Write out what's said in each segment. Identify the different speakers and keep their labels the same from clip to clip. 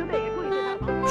Speaker 1: 球队也注意对他防守。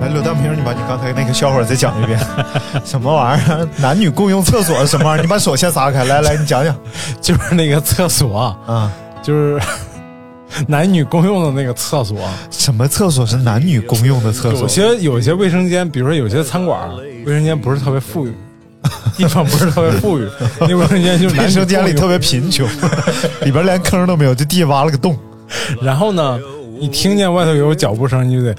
Speaker 2: 来，柳蛋平，你把你刚才那个笑话再讲 一遍，什么玩意儿？男女共用厕所什么玩意儿？你把手先撒开，来来，你讲讲
Speaker 3: 就是那个厕所，
Speaker 2: 啊，
Speaker 3: 就是男女公用的那个厕所。
Speaker 2: 什么厕所是男女公用 的厕
Speaker 3: 有
Speaker 2: 所？嗯
Speaker 3: 些有些卫生间，比如说有些餐馆，卫生间不是特别富裕， 地方不是特别富裕，那卫生间就是男
Speaker 2: 嗯卫
Speaker 3: 女
Speaker 2: 生间里
Speaker 3: 共
Speaker 2: 特
Speaker 3: 用
Speaker 2: 别贫 穷，里边连坑都没有，就地挖了个洞。
Speaker 3: 然后呢，你听见外头有脚步声，你就 得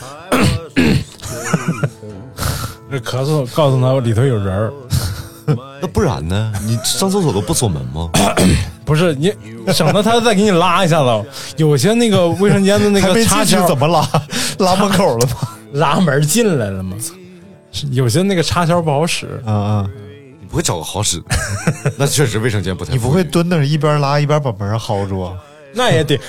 Speaker 3: 这咳嗽，告诉他里头有人儿。
Speaker 4: 那不然呢？你上厕所都不锁门 吗？
Speaker 3: 不是你，省得他再给你拉一下子。有些那个卫生间的那
Speaker 2: 还
Speaker 3: 个
Speaker 2: 没
Speaker 3: 插
Speaker 2: 进去
Speaker 3: 销
Speaker 2: 怎么拉？ 拉门口了吗？
Speaker 3: 拉门进来了吗？是有些那个插销不好使，
Speaker 2: 啊啊！
Speaker 4: 你不会找个好使的？那确实卫生间不太。
Speaker 2: 你不会？蹲那儿一边拉一边把门薅住啊？
Speaker 3: 那也得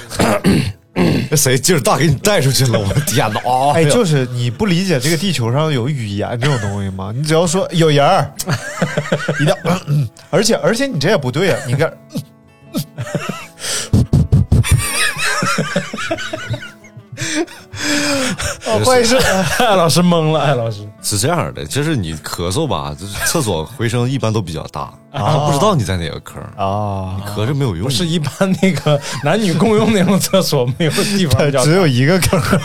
Speaker 4: 那谁劲儿大给你带出去了？我的天哪！啊
Speaker 2: 哎，
Speaker 4: 呀
Speaker 2: 就是你不理解这个地球上有语言这种东西吗？你只要说有人儿， 一定要，嗯嗯而且而且你这也不对呀、你嗯看，嗯 哦，不好 意思，
Speaker 3: 艾老师懵了，艾老师
Speaker 4: 是这样的，就是你咳嗽吧，就是 厕所回声一般都比较大，他不知道你在哪个坑啊，
Speaker 2: 啊，
Speaker 4: 你咳是没有用
Speaker 3: 不
Speaker 4: 的。
Speaker 3: 是一般那个男女共用那种厕所没有地方比较大，
Speaker 2: 呃只有一个坑，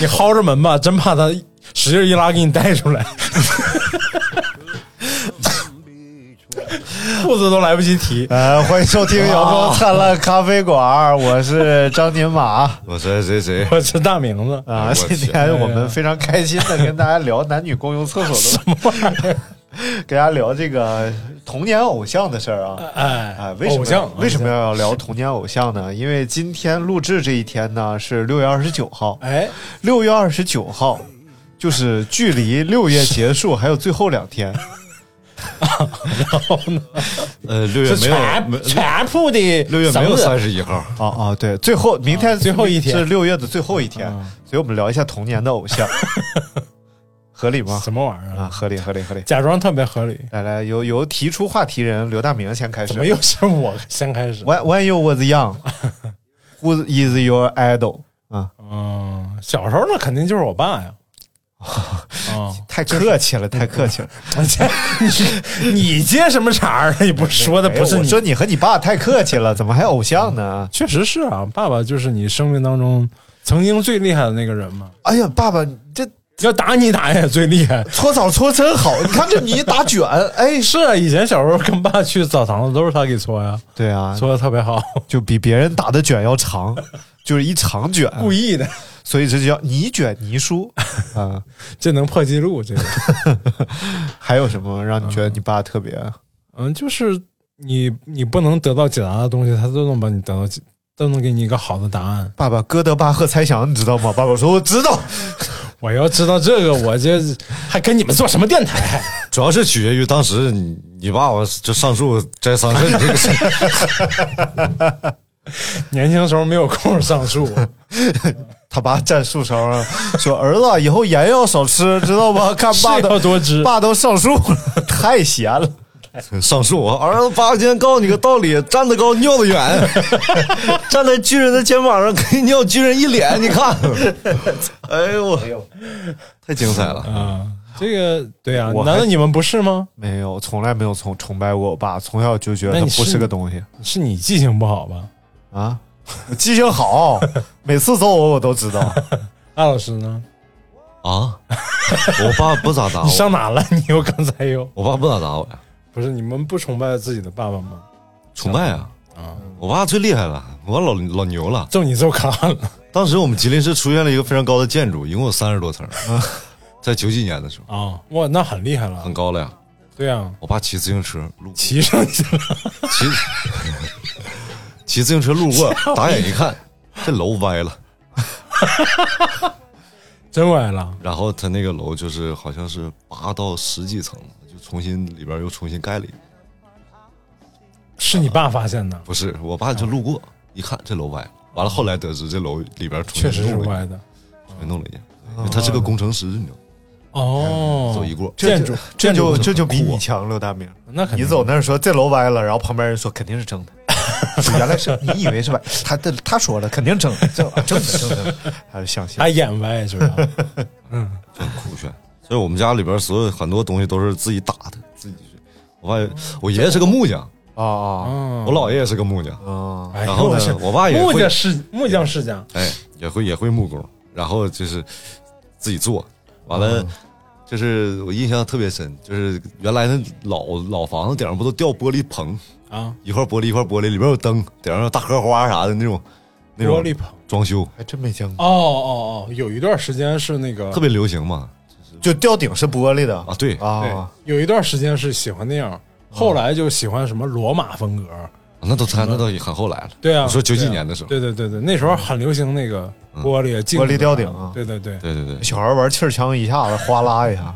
Speaker 3: 你薅着门吧，真怕他使劲一拉给你带出来，裤子都来不及提。
Speaker 2: 呃，欢迎收听《阳光灿烂咖啡馆》，我是张宁马。
Speaker 4: 我谁谁谁，
Speaker 3: 我是大名字，
Speaker 2: 啊，
Speaker 4: 我
Speaker 2: 今
Speaker 4: 去
Speaker 2: 天我们非常开心的跟大家聊男女共用厕所的什么玩 意儿，嗯给大家聊这个 童年偶像的事儿啊。
Speaker 3: 哎
Speaker 2: 哎，为什么
Speaker 3: 偶像
Speaker 2: 为什么要聊童年偶像呢？因为今天录制这一天呢是六月二十九号，
Speaker 3: 哎，
Speaker 2: 六月二十九号就是距离六月结束还有最后两 天。
Speaker 3: 然后呢？
Speaker 4: 呃，六月没
Speaker 3: 是
Speaker 4: 有，没
Speaker 3: 全全部的
Speaker 4: 六月没有
Speaker 3: 绳子
Speaker 4: 三十一号，
Speaker 2: 啊啊，对，最后明天、
Speaker 3: 最后一天
Speaker 2: 是六月的最后一天，所以我们聊一下童年的偶 像，合理吗？
Speaker 3: 什么玩意儿
Speaker 2: 啊，？合理，合理，合理。
Speaker 3: 假装特别合理，
Speaker 2: 来来，由由提出话题人刘大明先开始。
Speaker 3: 怎么又是我先开始？
Speaker 2: When when you was young, who is your idol？啊，
Speaker 3: 嗯，小时候那肯定就是我爸 呀。啊、
Speaker 2: 太客气了，太客气了。
Speaker 3: 你你接什么茬儿？啊你不是说的
Speaker 2: 哎
Speaker 3: 不是
Speaker 2: 我
Speaker 3: 你？
Speaker 2: 说你和你爸太客气了，怎么还偶像呢？
Speaker 3: 确实是啊，爸爸就是你生命当中曾经最厉害的那个人嘛。
Speaker 2: 哎呀，爸爸，你这
Speaker 3: 要打你打也最厉害。
Speaker 2: 搓澡搓真好，你看这泥打卷，哎，
Speaker 3: 是啊，以前小时候跟爸去澡堂子都是他给搓呀，
Speaker 2: 对啊，
Speaker 3: 搓的特别好，
Speaker 2: 就比别人打的卷要长，就是一长 卷，
Speaker 3: 故意的，
Speaker 2: 所以这就叫泥卷泥梳啊。
Speaker 3: 这能破纪录，这个。
Speaker 2: 还有什么让你觉得你爸特别？
Speaker 3: 嗯，就是你你不能得到解答的东西，他都能把你得到解，都能给你一个好的答案。
Speaker 2: 爸爸，哥德巴赫猜想，你知道吗？爸爸说我知道，
Speaker 3: 我要知道这个，我这还跟你们做什么电台？
Speaker 4: 主要是取决于当时你你爸爸就上树摘桑葚这个事儿。
Speaker 3: 年轻时候没有空上 树，
Speaker 2: 他爸站树梢上说：“儿子，以后盐要少吃，知 道吗？看爸
Speaker 3: 是
Speaker 2: 都
Speaker 3: 要多知
Speaker 2: 爸都上树了， 太闲了。
Speaker 4: 上树，我儿子，爸今天告诉你个道理：站得高，尿得 远。站在巨人的肩膀上，可以尿巨人一脸。你 看，哎呦我，太精彩了！
Speaker 3: 啊。这个对呀、
Speaker 2: 我还
Speaker 3: 难道你们不是吗？
Speaker 2: 没有，从来没有崇崇拜过我爸，从小就觉得
Speaker 3: 那
Speaker 2: 他
Speaker 3: 你
Speaker 2: 不
Speaker 3: 是
Speaker 2: 是个东西
Speaker 3: 是你记性不好吧？
Speaker 2: 啊。 我记性好，每次揍我我都知道。
Speaker 3: 艾老师呢？
Speaker 4: 啊， 我爸不咋打
Speaker 3: 你
Speaker 4: 我，
Speaker 3: 上哪了？你又刚才又
Speaker 4: 我爸不咋打我呀，
Speaker 3: 不是你们不崇拜自己的爸爸吗？
Speaker 4: 崇拜啊，我爸最厉害了，我老老牛了。
Speaker 3: 揍你揍卡 了，
Speaker 4: 当时我们吉林市出现了一个非常高的建筑，一共有三十多层， 在九几年的时候，
Speaker 3: 啊，哇，那很厉害了
Speaker 4: 很，高了呀。
Speaker 3: 对啊，
Speaker 4: 我爸骑自行车路骑
Speaker 3: 骑上去了，
Speaker 4: 骑骑自行车路过，打眼一看，这楼歪了。
Speaker 3: 真歪了，
Speaker 4: 然后他那个楼就是好像是八到十几层，就重新里边又重新盖了一个。
Speaker 3: 是你爸发现的，
Speaker 4: 不是，我爸就路过一看这楼歪了，完了后来得知这楼里边重
Speaker 3: 确
Speaker 4: 新
Speaker 3: 实是
Speaker 4: 弄了
Speaker 3: 歪的。
Speaker 4: 一，重新弄了一下。因为他是个工程师，你知道吗？
Speaker 3: 哦，
Speaker 4: 走一过
Speaker 3: 建筑，
Speaker 2: 这就这就比
Speaker 4: 酷
Speaker 2: 你
Speaker 4: 啊
Speaker 2: 强，刘大明。
Speaker 3: 那肯定
Speaker 2: 你走那儿说这楼歪了，然后旁边人说肯定是正的， 原来是你以为是歪，他的他说了肯定正的，正啊正的正的， 哎还是相信
Speaker 3: 他。眼歪是 吧？
Speaker 4: 很酷炫。所以我们家里边所有很多东西都是自己打的，自己去。我发现我爷爷是个木匠，
Speaker 2: 啊啊
Speaker 3: 嗯
Speaker 4: 我姥爷也是个木匠，
Speaker 2: 啊！
Speaker 3: 哎
Speaker 4: 然后
Speaker 3: 我
Speaker 4: 呢
Speaker 3: 去，
Speaker 4: 我爸也
Speaker 3: 木
Speaker 4: 会
Speaker 3: 匠世木匠世家，
Speaker 4: 哎，也会也会木工，然后就是自己做，完了、
Speaker 3: 嗯
Speaker 4: 就是我印象特别深，就是原来那老老房子顶上不都吊玻璃棚
Speaker 3: 啊，
Speaker 4: 一块玻璃一块玻璃，里边有灯，顶上有大荷花啥的那种，那种
Speaker 3: 玻璃棚
Speaker 4: 装修
Speaker 2: 还真没见过，
Speaker 3: 哦哦哦，有一段时间是那个
Speaker 4: 特别流行嘛
Speaker 2: 就吊顶是玻璃的
Speaker 4: 啊，对
Speaker 3: 对
Speaker 2: 啊，，
Speaker 3: 有一段时间是喜欢那样，后来就喜欢什么罗马风格。
Speaker 4: 那都参那都很后来了，
Speaker 3: 嗯对啊，
Speaker 4: 你说九几
Speaker 3: 对啊
Speaker 4: 年的时候，嗯
Speaker 3: 对对对对，那时候很流行那个玻璃镜子
Speaker 2: 玻璃吊顶啊
Speaker 3: 对对对，
Speaker 4: 对对对，
Speaker 2: 小孩玩气儿枪一下子哗啦一下，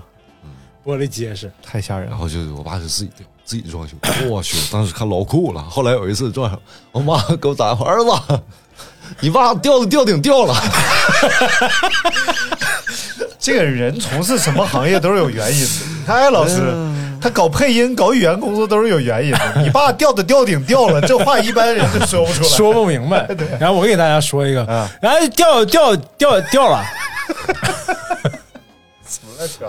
Speaker 3: 玻璃结 实，
Speaker 2: 太吓人
Speaker 4: 然
Speaker 2: 了。
Speaker 4: 后就是我爸就自己吊自己装修， 我去，当时看老酷了。后来有一次撞上，我妈给我打电话，儿子， 你爸吊吊顶掉了。
Speaker 2: 这个人从事什么行业都是有原因的。你看艾老师，他搞配音、搞语言工作都是有原因的。你爸吊的吊顶掉了，这话一般人都 说不出来。
Speaker 3: 说不明白。然后我给大家说一个
Speaker 2: 嗯，
Speaker 3: 然后掉掉掉 掉了，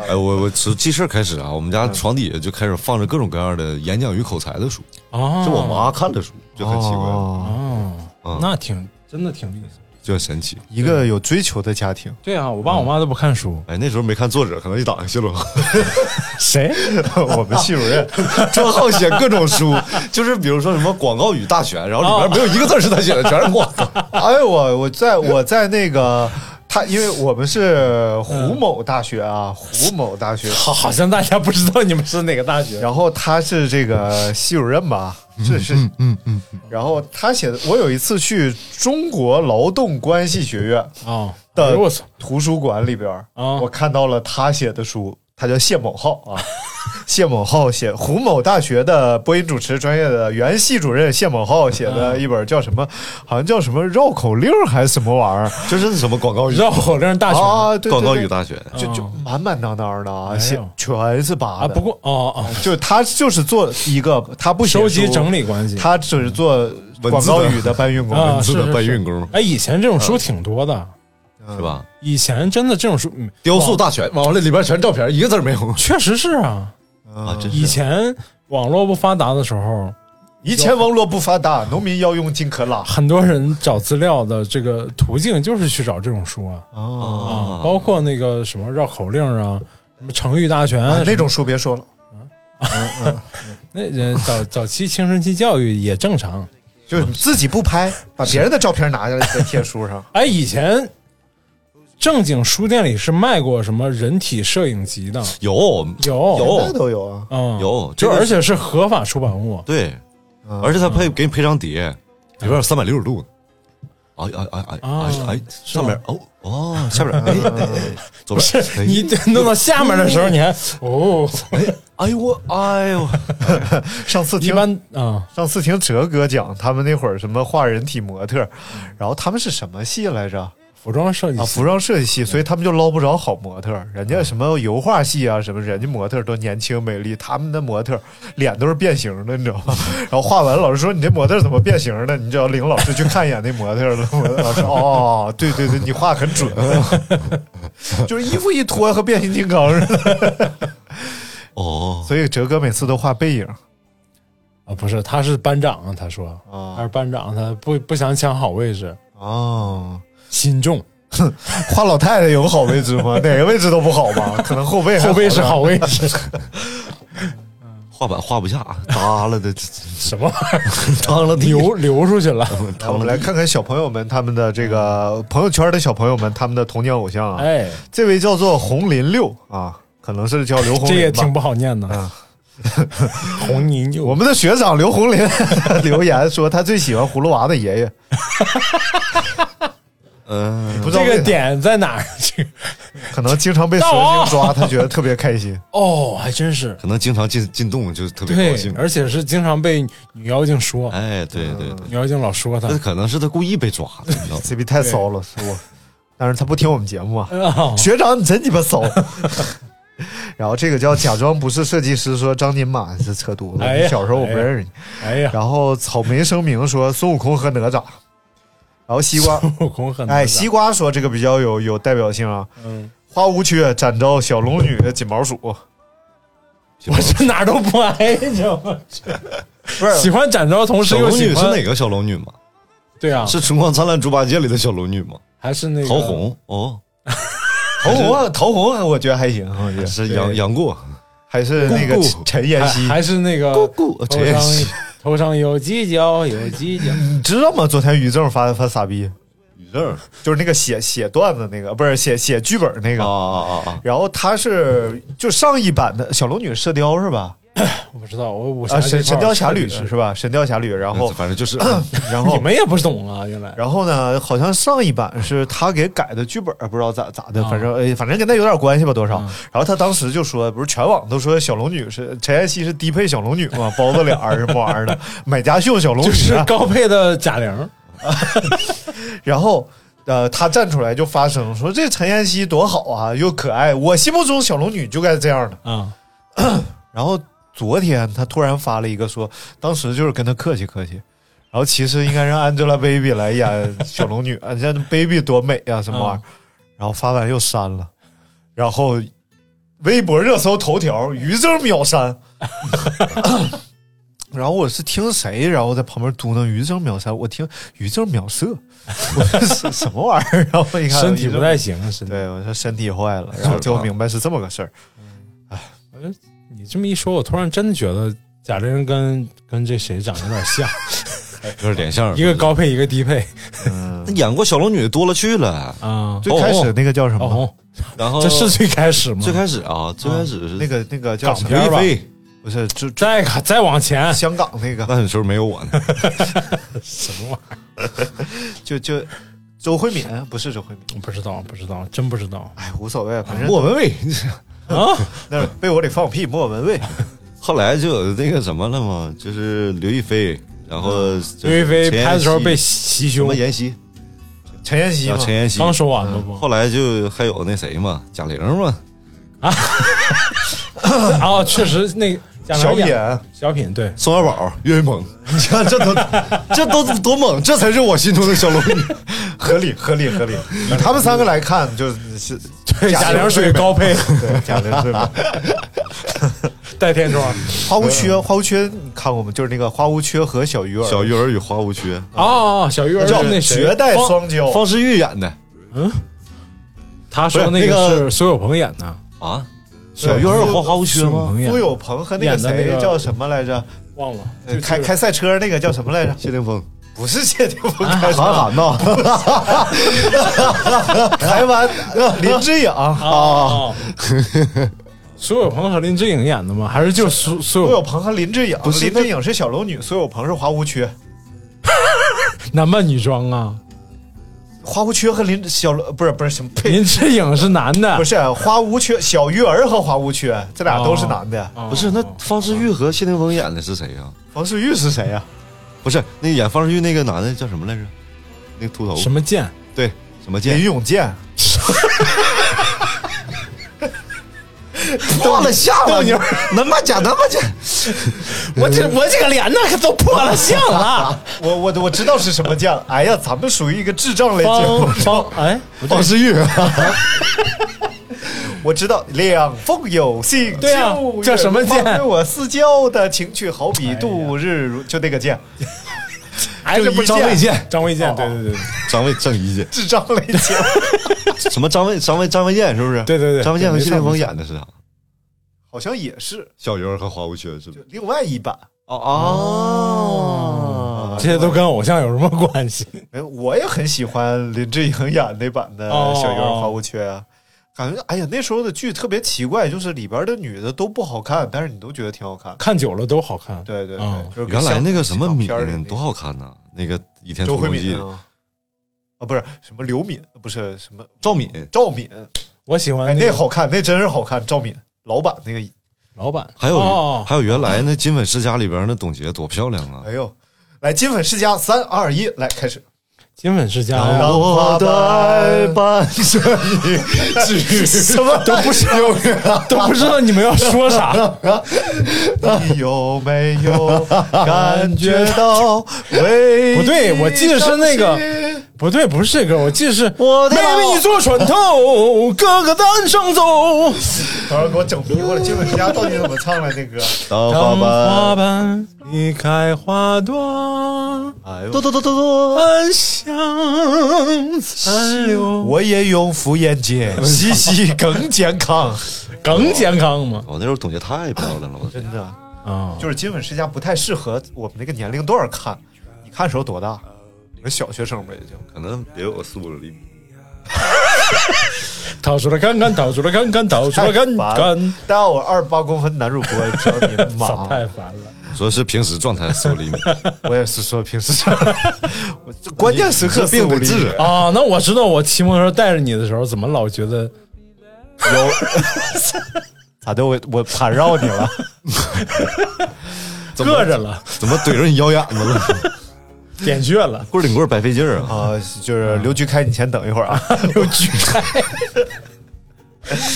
Speaker 4: 哎，我我从记事儿开始啊，我们家床底下就开始放着各种各样的演讲与口才的书，
Speaker 3: 哦，
Speaker 4: 是我妈看的书，就很奇怪，
Speaker 2: 哦
Speaker 3: 哦，那
Speaker 4: 嗯
Speaker 3: 挺真的挺厉害。
Speaker 4: 就很神奇。
Speaker 2: 一个有追求的家庭，
Speaker 3: 对啊，我爸我妈都不看书，
Speaker 4: 哎，那时候没看作者，可能一打开去了，
Speaker 2: 嗯
Speaker 3: 谁？
Speaker 2: 我们系主任
Speaker 4: 专好写各种书，就是比如说什么《广告语大全》，然后里边没有一个字儿是他写的，全是广告。
Speaker 2: 哎，我我在我在那个他，因为我们是胡某大学啊，胡某大 学，
Speaker 3: 好，好像大家不知道你们是哪个大学。
Speaker 2: 然后他是这个系主任吧，这是嗯嗯嗯，然后他写的，我有一次去中国劳动关系学院
Speaker 3: 哦，哎
Speaker 2: 的
Speaker 3: 呦我操！
Speaker 2: 图书馆里边，
Speaker 3: 啊
Speaker 2: 我看到了他写的书，他叫谢某浩啊。 谢某浩写胡某大学的播音主持专业的原系主任谢某浩写的一本叫什么，好像叫什么绕口令儿还是什么玩意儿，
Speaker 4: 就是什么广 告语、
Speaker 3: 绕口令大全
Speaker 2: 啊，对对对
Speaker 4: 广告语大全。
Speaker 2: 就就满满当当的啊，
Speaker 3: 嗯哎
Speaker 2: 写
Speaker 3: 呦
Speaker 2: 全是八
Speaker 3: 啊，
Speaker 2: 的。
Speaker 3: 不过哦哦，
Speaker 2: 就他就是做一个，他不写
Speaker 3: 收集
Speaker 2: 书
Speaker 3: 整理关系
Speaker 2: 他只是做广告语的搬运工。
Speaker 3: 啊，
Speaker 4: 字
Speaker 3: 是
Speaker 4: 的
Speaker 3: 是
Speaker 4: 搬
Speaker 3: 是啊
Speaker 4: 运工
Speaker 3: 哎，以前这种书挺多的，
Speaker 4: 是吧？
Speaker 3: 以前真的这种书，嗯
Speaker 4: 雕塑大全，完了里边全是照片，一个字儿没有。
Speaker 3: 确实是啊。
Speaker 4: 啊，真
Speaker 3: 以前网络不发达的时候，
Speaker 2: 以前网络不发达，农民要用金坷垃。
Speaker 3: 很多人找资料的这个途径就是去找这种书啊，
Speaker 4: 啊
Speaker 3: 包括那个什么绕口令啊，什么成语大全
Speaker 2: 啊
Speaker 3: 啊，
Speaker 2: 那种书别说了，
Speaker 3: 那人早 早期青春期教育也正常。
Speaker 2: 就是自己不拍，把别人的照片拿下来再贴 书上。
Speaker 3: 哎，以前正经书店里是卖过什么人体摄影集的，
Speaker 4: 有
Speaker 3: 有
Speaker 4: 有
Speaker 2: 那都有啊。
Speaker 3: 嗯，
Speaker 4: 有
Speaker 3: 就
Speaker 4: 这个
Speaker 3: 而且是合法出版物，
Speaker 4: 对，啊而且他配给你配张碟，里边有三百六十度呢。哎哎哎哎
Speaker 3: 啊
Speaker 4: 哎哎，
Speaker 3: 是吗
Speaker 4: 上面哦哦，下边哎哎哎，左
Speaker 3: 不是
Speaker 4: 边哎
Speaker 3: 你弄到下面的时候，你还哦，
Speaker 4: 哎呦我哎呦，
Speaker 2: 上次
Speaker 3: 一
Speaker 2: 听
Speaker 3: 般啊，
Speaker 2: 上次听哲哥讲，他们那会儿什么画人体模特，然后他们是什么系来着？
Speaker 3: 服装设计
Speaker 2: 啊，
Speaker 3: 师
Speaker 2: 服装设计系，所以他们就捞不着好模特儿。人家什么油画系啊，什么人家模特儿都年轻美丽，他们的模特儿脸都是变形的，你知道吗？ 然后画完，老师说你这模特儿怎么变形的？你只要领老师去看一眼那模特儿了。模特儿老 师哦，对对对，你画很准， 就是衣服一脱和变形金刚似的。
Speaker 4: 哦，
Speaker 2: 所以哲哥每次都画背影，
Speaker 3: 啊，不是，他是班长，他说
Speaker 2: 啊
Speaker 3: 他是班长，他不不想抢好位置，
Speaker 2: 哦，
Speaker 3: 心重，
Speaker 2: 画老太太有好位 置吗？哪个位置都不好吧？可能后背还
Speaker 3: 后背是
Speaker 2: 点儿
Speaker 3: 好位置，
Speaker 4: 画板画不下，耷拉的，
Speaker 3: 什么玩意儿
Speaker 4: 当了地，
Speaker 3: 流流出 去了？
Speaker 2: 我们来看看小朋友们他们的这个朋友圈的小朋友们他们的童年偶像啊，
Speaker 3: 嗯哎，
Speaker 2: 这位叫做红林六啊，可能是叫刘红林吧，啊
Speaker 3: 这也挺不好念的。 红泥
Speaker 2: 我
Speaker 3: 牛，
Speaker 2: 们的学长刘红林 留言说，他最喜欢葫芦娃的爷 爷。
Speaker 4: 嗯，
Speaker 2: 不知道
Speaker 3: 这个
Speaker 2: 为啥
Speaker 3: 点啊在哪儿？这个
Speaker 2: 可能经常被蛇精抓，他觉得特别开心。
Speaker 3: 哦，还真是。
Speaker 4: 可能经常进进洞就特别高
Speaker 3: 对
Speaker 4: 兴，。
Speaker 3: 而且是经常被女妖精说，
Speaker 4: 哎，对对对，
Speaker 3: 女妖精老说他
Speaker 2: 哎
Speaker 4: 那可能是他故意被抓的，你知道 吗？
Speaker 2: CP 太骚了，是我。但是他不听我们节目啊，
Speaker 3: 啊
Speaker 2: 学长你真鸡巴骚。 然后这个叫假装不是设计师说张金马是扯犊子，
Speaker 3: 哎呀
Speaker 2: 小时候我不认识你。
Speaker 3: 哎 呀，
Speaker 2: 然后草莓声明说孙悟空和哪吒，然后西瓜，
Speaker 3: 孙悟空很
Speaker 2: 哎，西瓜说这个比较有有代表性啊。
Speaker 3: 嗯，
Speaker 2: 花无缺展昭小龙女锦毛鼠，
Speaker 3: 我这哪儿都不挨着，
Speaker 2: 不是
Speaker 3: 喜欢展昭，同时
Speaker 4: 小
Speaker 3: 又
Speaker 4: 龙
Speaker 3: 喜
Speaker 4: 女是
Speaker 3: 欢
Speaker 4: 哪个小龙女吗？
Speaker 3: 对啊，
Speaker 4: 是《春光灿烂猪八戒》里的小龙女吗？
Speaker 3: 还是那个
Speaker 4: 陶，虹哦，
Speaker 2: 陶虹，陶虹，啊我觉得还行，我觉得
Speaker 4: 是杨杨过，
Speaker 2: 还是那个
Speaker 4: 姑姑
Speaker 2: 陈哦陈妍希
Speaker 3: 还。还是那个
Speaker 4: 咕
Speaker 3: 头
Speaker 4: 这
Speaker 3: 上
Speaker 4: 是
Speaker 3: 头上有犄角，有犄角，
Speaker 2: 你知道吗？昨天于正发发傻逼，
Speaker 4: 宇正
Speaker 2: 就是那个写写段子那个，不是写写剧本那
Speaker 4: 啊
Speaker 2: 个。
Speaker 4: 啊啊啊！
Speaker 2: 然后他是就上一版的小龙女射雕是吧？
Speaker 3: 我不知道，我我
Speaker 2: 啊，神
Speaker 3: 神
Speaker 2: 神雕侠侣是吧？神雕侠侣，然后
Speaker 4: 反正 就是
Speaker 2: 然后
Speaker 3: 你们也不懂啊，原来
Speaker 2: 然后呢，好像上一版是他给改的剧本，不知道咋咋的，
Speaker 3: 啊
Speaker 2: 反正哎，反正跟他有点关系吧，多少。
Speaker 3: 嗯
Speaker 2: 然后他当时就说，不是全网都说小龙女是陈妍希是低配小龙女嘛，包子脸儿什么玩意儿的，买家秀小龙女、
Speaker 3: 就是
Speaker 2: 啊，
Speaker 3: 高配的贾玲，
Speaker 2: 然后。呃，他站出来就发声说：“这陈妍希多好啊，又可爱，我心目中小龙女就该这样的。
Speaker 3: 啊，”
Speaker 2: 然后昨天他突然发了一个说，当时就是跟他客气客气，然后其实应该让 Angelababy 来演小龙女，啊，这 Baby 多美啊，什么玩意儿？
Speaker 3: 嗯
Speaker 2: 然后发完又删了，然后微博热搜头条于正秒删。 然后我是听谁，然后在旁边嘟囔于正秒删，我听于正秒射，我说什 什么玩意儿？然后一看
Speaker 3: 身体不
Speaker 2: 于
Speaker 3: 太行啊，身
Speaker 2: 正
Speaker 3: 体。
Speaker 2: 对，我说身体坏了，然后最后明白是这么个事儿。
Speaker 3: 你这么一说，我突然真的觉得贾玲跟跟这谁长得有点像，
Speaker 4: 就是脸像
Speaker 3: 一个。高配一个低配哦
Speaker 2: 嗯
Speaker 4: 那，演过小龙女多了去了，
Speaker 3: 啊。
Speaker 2: 最开始那个叫什么？
Speaker 3: 哦吼，
Speaker 4: 然后
Speaker 3: 这是最开始吗？
Speaker 4: 最开始啊，最开始是
Speaker 2: 那个那个叫什么？
Speaker 3: 港片
Speaker 4: 刘
Speaker 3: 儿
Speaker 4: 亦
Speaker 3: 吧
Speaker 4: 菲，
Speaker 2: 不是，就就
Speaker 3: 再看再往前，
Speaker 2: 香港那个。
Speaker 4: 那时候没有我呢。
Speaker 3: 什么玩意
Speaker 2: 就就周慧敏不是周慧敏，
Speaker 3: 儿？不知道，不知道，真不知道
Speaker 2: 哎，无所谓，反正
Speaker 4: 莫文蔚，
Speaker 3: 啊！
Speaker 2: 那被我里放屁，莫文蔚，
Speaker 4: 后来就有那个什么了嘛，就是刘亦菲，然后
Speaker 2: 嗯
Speaker 3: 刘亦菲拍的时候被
Speaker 4: 什
Speaker 3: 袭胸
Speaker 4: 么，妍希，
Speaker 2: 陈妍希
Speaker 4: 然
Speaker 2: 嘛
Speaker 4: 后，陈妍希。
Speaker 3: 刚说完了不？
Speaker 4: 后来就还有那谁嘛，贾玲嘛，
Speaker 3: 啊，确实那个贾
Speaker 2: 小
Speaker 3: 玲
Speaker 2: 品，
Speaker 3: 演小品对，
Speaker 4: 宋小宝、岳云 鹏，你看这都这都多猛，这才是我心中的小龙女。
Speaker 2: 合理合理合理，
Speaker 4: 嗯
Speaker 2: 以他们三个来看就是
Speaker 3: 对贾玲属于高配
Speaker 2: 对贾玲最美。
Speaker 3: 带天 窗
Speaker 2: 花无缺，花无缺，你看过吗？就是那个花无缺和小鱼儿，
Speaker 4: 小鱼儿与花无缺，
Speaker 3: 哦，小鱼儿
Speaker 2: 叫
Speaker 3: 那谁
Speaker 2: 绝代
Speaker 3: 方
Speaker 2: 双骄，
Speaker 4: 方世玉演的
Speaker 3: 他说那
Speaker 4: 不是那
Speaker 3: 个
Speaker 4: 个
Speaker 3: 是苏有朋演的，
Speaker 4: 啊。小鱼儿和花无缺
Speaker 3: 苏有
Speaker 4: 吗？
Speaker 3: 朋演
Speaker 2: 苏
Speaker 3: 的
Speaker 2: 有朋和那个
Speaker 3: 演的那
Speaker 2: 谁
Speaker 3: 个
Speaker 2: 叫什么来着？
Speaker 3: 忘了，
Speaker 2: 呃开开赛车那个叫什么来着？啊
Speaker 4: 谢霆锋、
Speaker 2: 不是谢霆锋开车，
Speaker 4: 韩寒 呐，
Speaker 2: 台湾呃林志颖啊，
Speaker 3: 哦，苏有朋和林志颖演的吗？还是就苏苏
Speaker 2: 苏有
Speaker 3: 有？
Speaker 2: 朋和林志颖，
Speaker 4: 不是
Speaker 2: 林志颖是小龙女，苏有朋是花无缺。
Speaker 3: 男扮女装啊？
Speaker 2: 花无缺和林小龙不是不是什么呸，
Speaker 3: 林志颖是男的，
Speaker 2: 不是花无缺，小鱼儿和花无缺这俩都是男的。
Speaker 3: 哦
Speaker 4: 不是那方世玉和谢霆锋演的是谁呀、啊
Speaker 2: 王世玉是谁呀、啊
Speaker 4: 不是那演方世玉那个男的叫什么来着？那个秃头
Speaker 3: 什么哎剑？
Speaker 4: 对什么
Speaker 2: 林
Speaker 4: 剑？
Speaker 2: 永健。
Speaker 4: 破了相了，你能把假能把 呃假，
Speaker 3: 我这我这个脸那可都破了相 了。
Speaker 2: 我我我知道是什么酱。哎呀，咱们属于一个智障类节目
Speaker 3: 方。方哎，
Speaker 4: 方世玉啊
Speaker 2: 我知道两凤有信，
Speaker 3: 对啊
Speaker 2: 旧月
Speaker 3: 叫什么剑
Speaker 2: 光对我私交的情趣好
Speaker 4: 哎
Speaker 2: 比度日如，就那个剑，哎
Speaker 3: 还是不是
Speaker 2: 张卫健
Speaker 3: 张卫健，
Speaker 2: 哦
Speaker 3: 对对对对
Speaker 4: 张卫郑伊健，
Speaker 2: 智障类节目。
Speaker 4: 什么张卫张卫张卫健是不是？
Speaker 3: 对对对
Speaker 4: 张卫健和谢霆锋演的是啥？
Speaker 2: 好像也是
Speaker 4: 小鱼儿和花无缺是不？
Speaker 2: 就是另外一版。
Speaker 4: 哦哦，
Speaker 3: 这些都跟偶像有什么关系？
Speaker 2: 哎，我也很喜欢林志颖演那版的
Speaker 3: 哦
Speaker 2: 小鱼儿花无缺啊，感觉哎呀那时候的剧特别奇怪，就是里边的女的都不好看，但是你都觉得挺好看。
Speaker 3: 看久了都好看。
Speaker 2: 对对对，
Speaker 3: 嗯
Speaker 2: 就是
Speaker 4: 原来那个什么敏
Speaker 2: 片儿里那
Speaker 4: 多好看呐，那个《倚天
Speaker 2: 周
Speaker 4: 屠
Speaker 2: 慧
Speaker 4: 龙
Speaker 2: 敏
Speaker 4: 记》
Speaker 2: 啊，啊不是什么刘敏，不是什么
Speaker 4: 赵敏，
Speaker 2: 赵敏，
Speaker 3: 我喜
Speaker 2: 哎
Speaker 3: 欢
Speaker 2: 那
Speaker 3: 个
Speaker 2: 好看，那真是好看，赵敏老版那个，
Speaker 3: 老板，
Speaker 4: 还有、
Speaker 3: 哦
Speaker 4: 还有原来那《金粉世家》里边那董洁多漂亮啊！
Speaker 2: 哎呦，来金粉世家三二一，来开始。
Speaker 3: 金粉世家
Speaker 2: 当
Speaker 3: 呀，
Speaker 2: 我的爱
Speaker 4: 伴着你，
Speaker 2: 什么都不是有啊！
Speaker 3: 都不知道你们要说啥。
Speaker 2: 你有没有感觉到微？
Speaker 3: 不对我记得是那个 不对，不是这歌，我记得是
Speaker 2: 我的
Speaker 3: 妹妹你坐船头，哥哥单上走。
Speaker 2: 等会儿给我整迷糊了，金粉世家到底怎么唱来这歌？
Speaker 4: 当
Speaker 3: 当花
Speaker 4: 花
Speaker 3: 瓣离开花朵，
Speaker 2: 哎
Speaker 4: 瓣，哆
Speaker 2: 呦，
Speaker 4: 哆哆哆哆，
Speaker 3: 暗香残留。
Speaker 2: 我也用敷衍姐，西西更 健康。
Speaker 3: 更健康吗？
Speaker 4: 哦我那时候董洁太漂亮了，我
Speaker 2: 真的，
Speaker 3: 啊，
Speaker 2: 就是金粉世家不太适合我们那个年龄段看。你看时候多大？你们小学生呗，也就。
Speaker 4: 可能得有四五 厘米。
Speaker 3: 掏出来看看，掏出来看看， 掏出来看看，
Speaker 2: 但我二十八公分男主播，你知道你
Speaker 3: 操，
Speaker 2: 妈，
Speaker 3: 太烦了。
Speaker 4: 说是平时状态四五 厘米，
Speaker 2: 我也是说平时 上，我这关键时刻并
Speaker 4: 病
Speaker 2: 不
Speaker 4: 得治。
Speaker 3: 啊，那我知道，我骑摩托车带着你的时候，怎么老觉得
Speaker 2: 有咋的？啊我我缠绕你 了，
Speaker 4: 怎么
Speaker 3: 硌着 了，
Speaker 4: 怎么怼着你腰眼子 了？
Speaker 3: 点穴了？
Speaker 4: 棍儿顶棍儿白费劲儿啊！
Speaker 2: 啊，就是刘局开你前等一会儿啊，
Speaker 3: 有举开，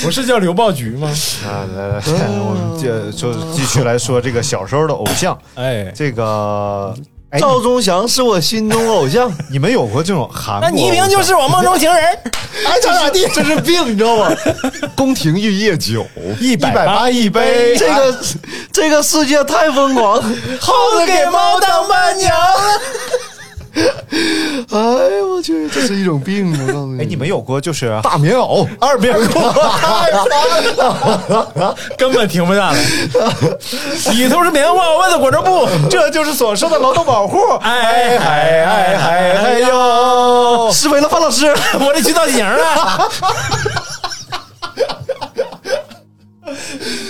Speaker 3: 不是叫刘暴菊吗？
Speaker 2: 啊，来 来，我们接就继续来说这个小时候的偶像，
Speaker 3: 哎，
Speaker 2: 这个，哎，
Speaker 4: 赵忠祥是我心中偶像，
Speaker 2: 你们有过这种韩国偶像？
Speaker 3: 我梦中情人，
Speaker 2: 爱咋咋地，这是病，你知道吗？
Speaker 4: 宫廷玉液酒，
Speaker 3: 一
Speaker 2: 一百八一杯，
Speaker 4: 这个这个世界太疯狂，
Speaker 3: 猴子给猫当伴娘。
Speaker 4: 哎呦我去，这是一种病，我告诉
Speaker 2: 哎，你们有过就是
Speaker 4: 大棉袄，
Speaker 2: 二面裤？
Speaker 3: 根本停不下 来。里头是棉花，外头裹着 布。
Speaker 2: 这就是所说的劳动保护。
Speaker 3: 哎哎哎哎哎
Speaker 2: 呦！
Speaker 4: 是为了范老师，
Speaker 3: 我得去造型 了。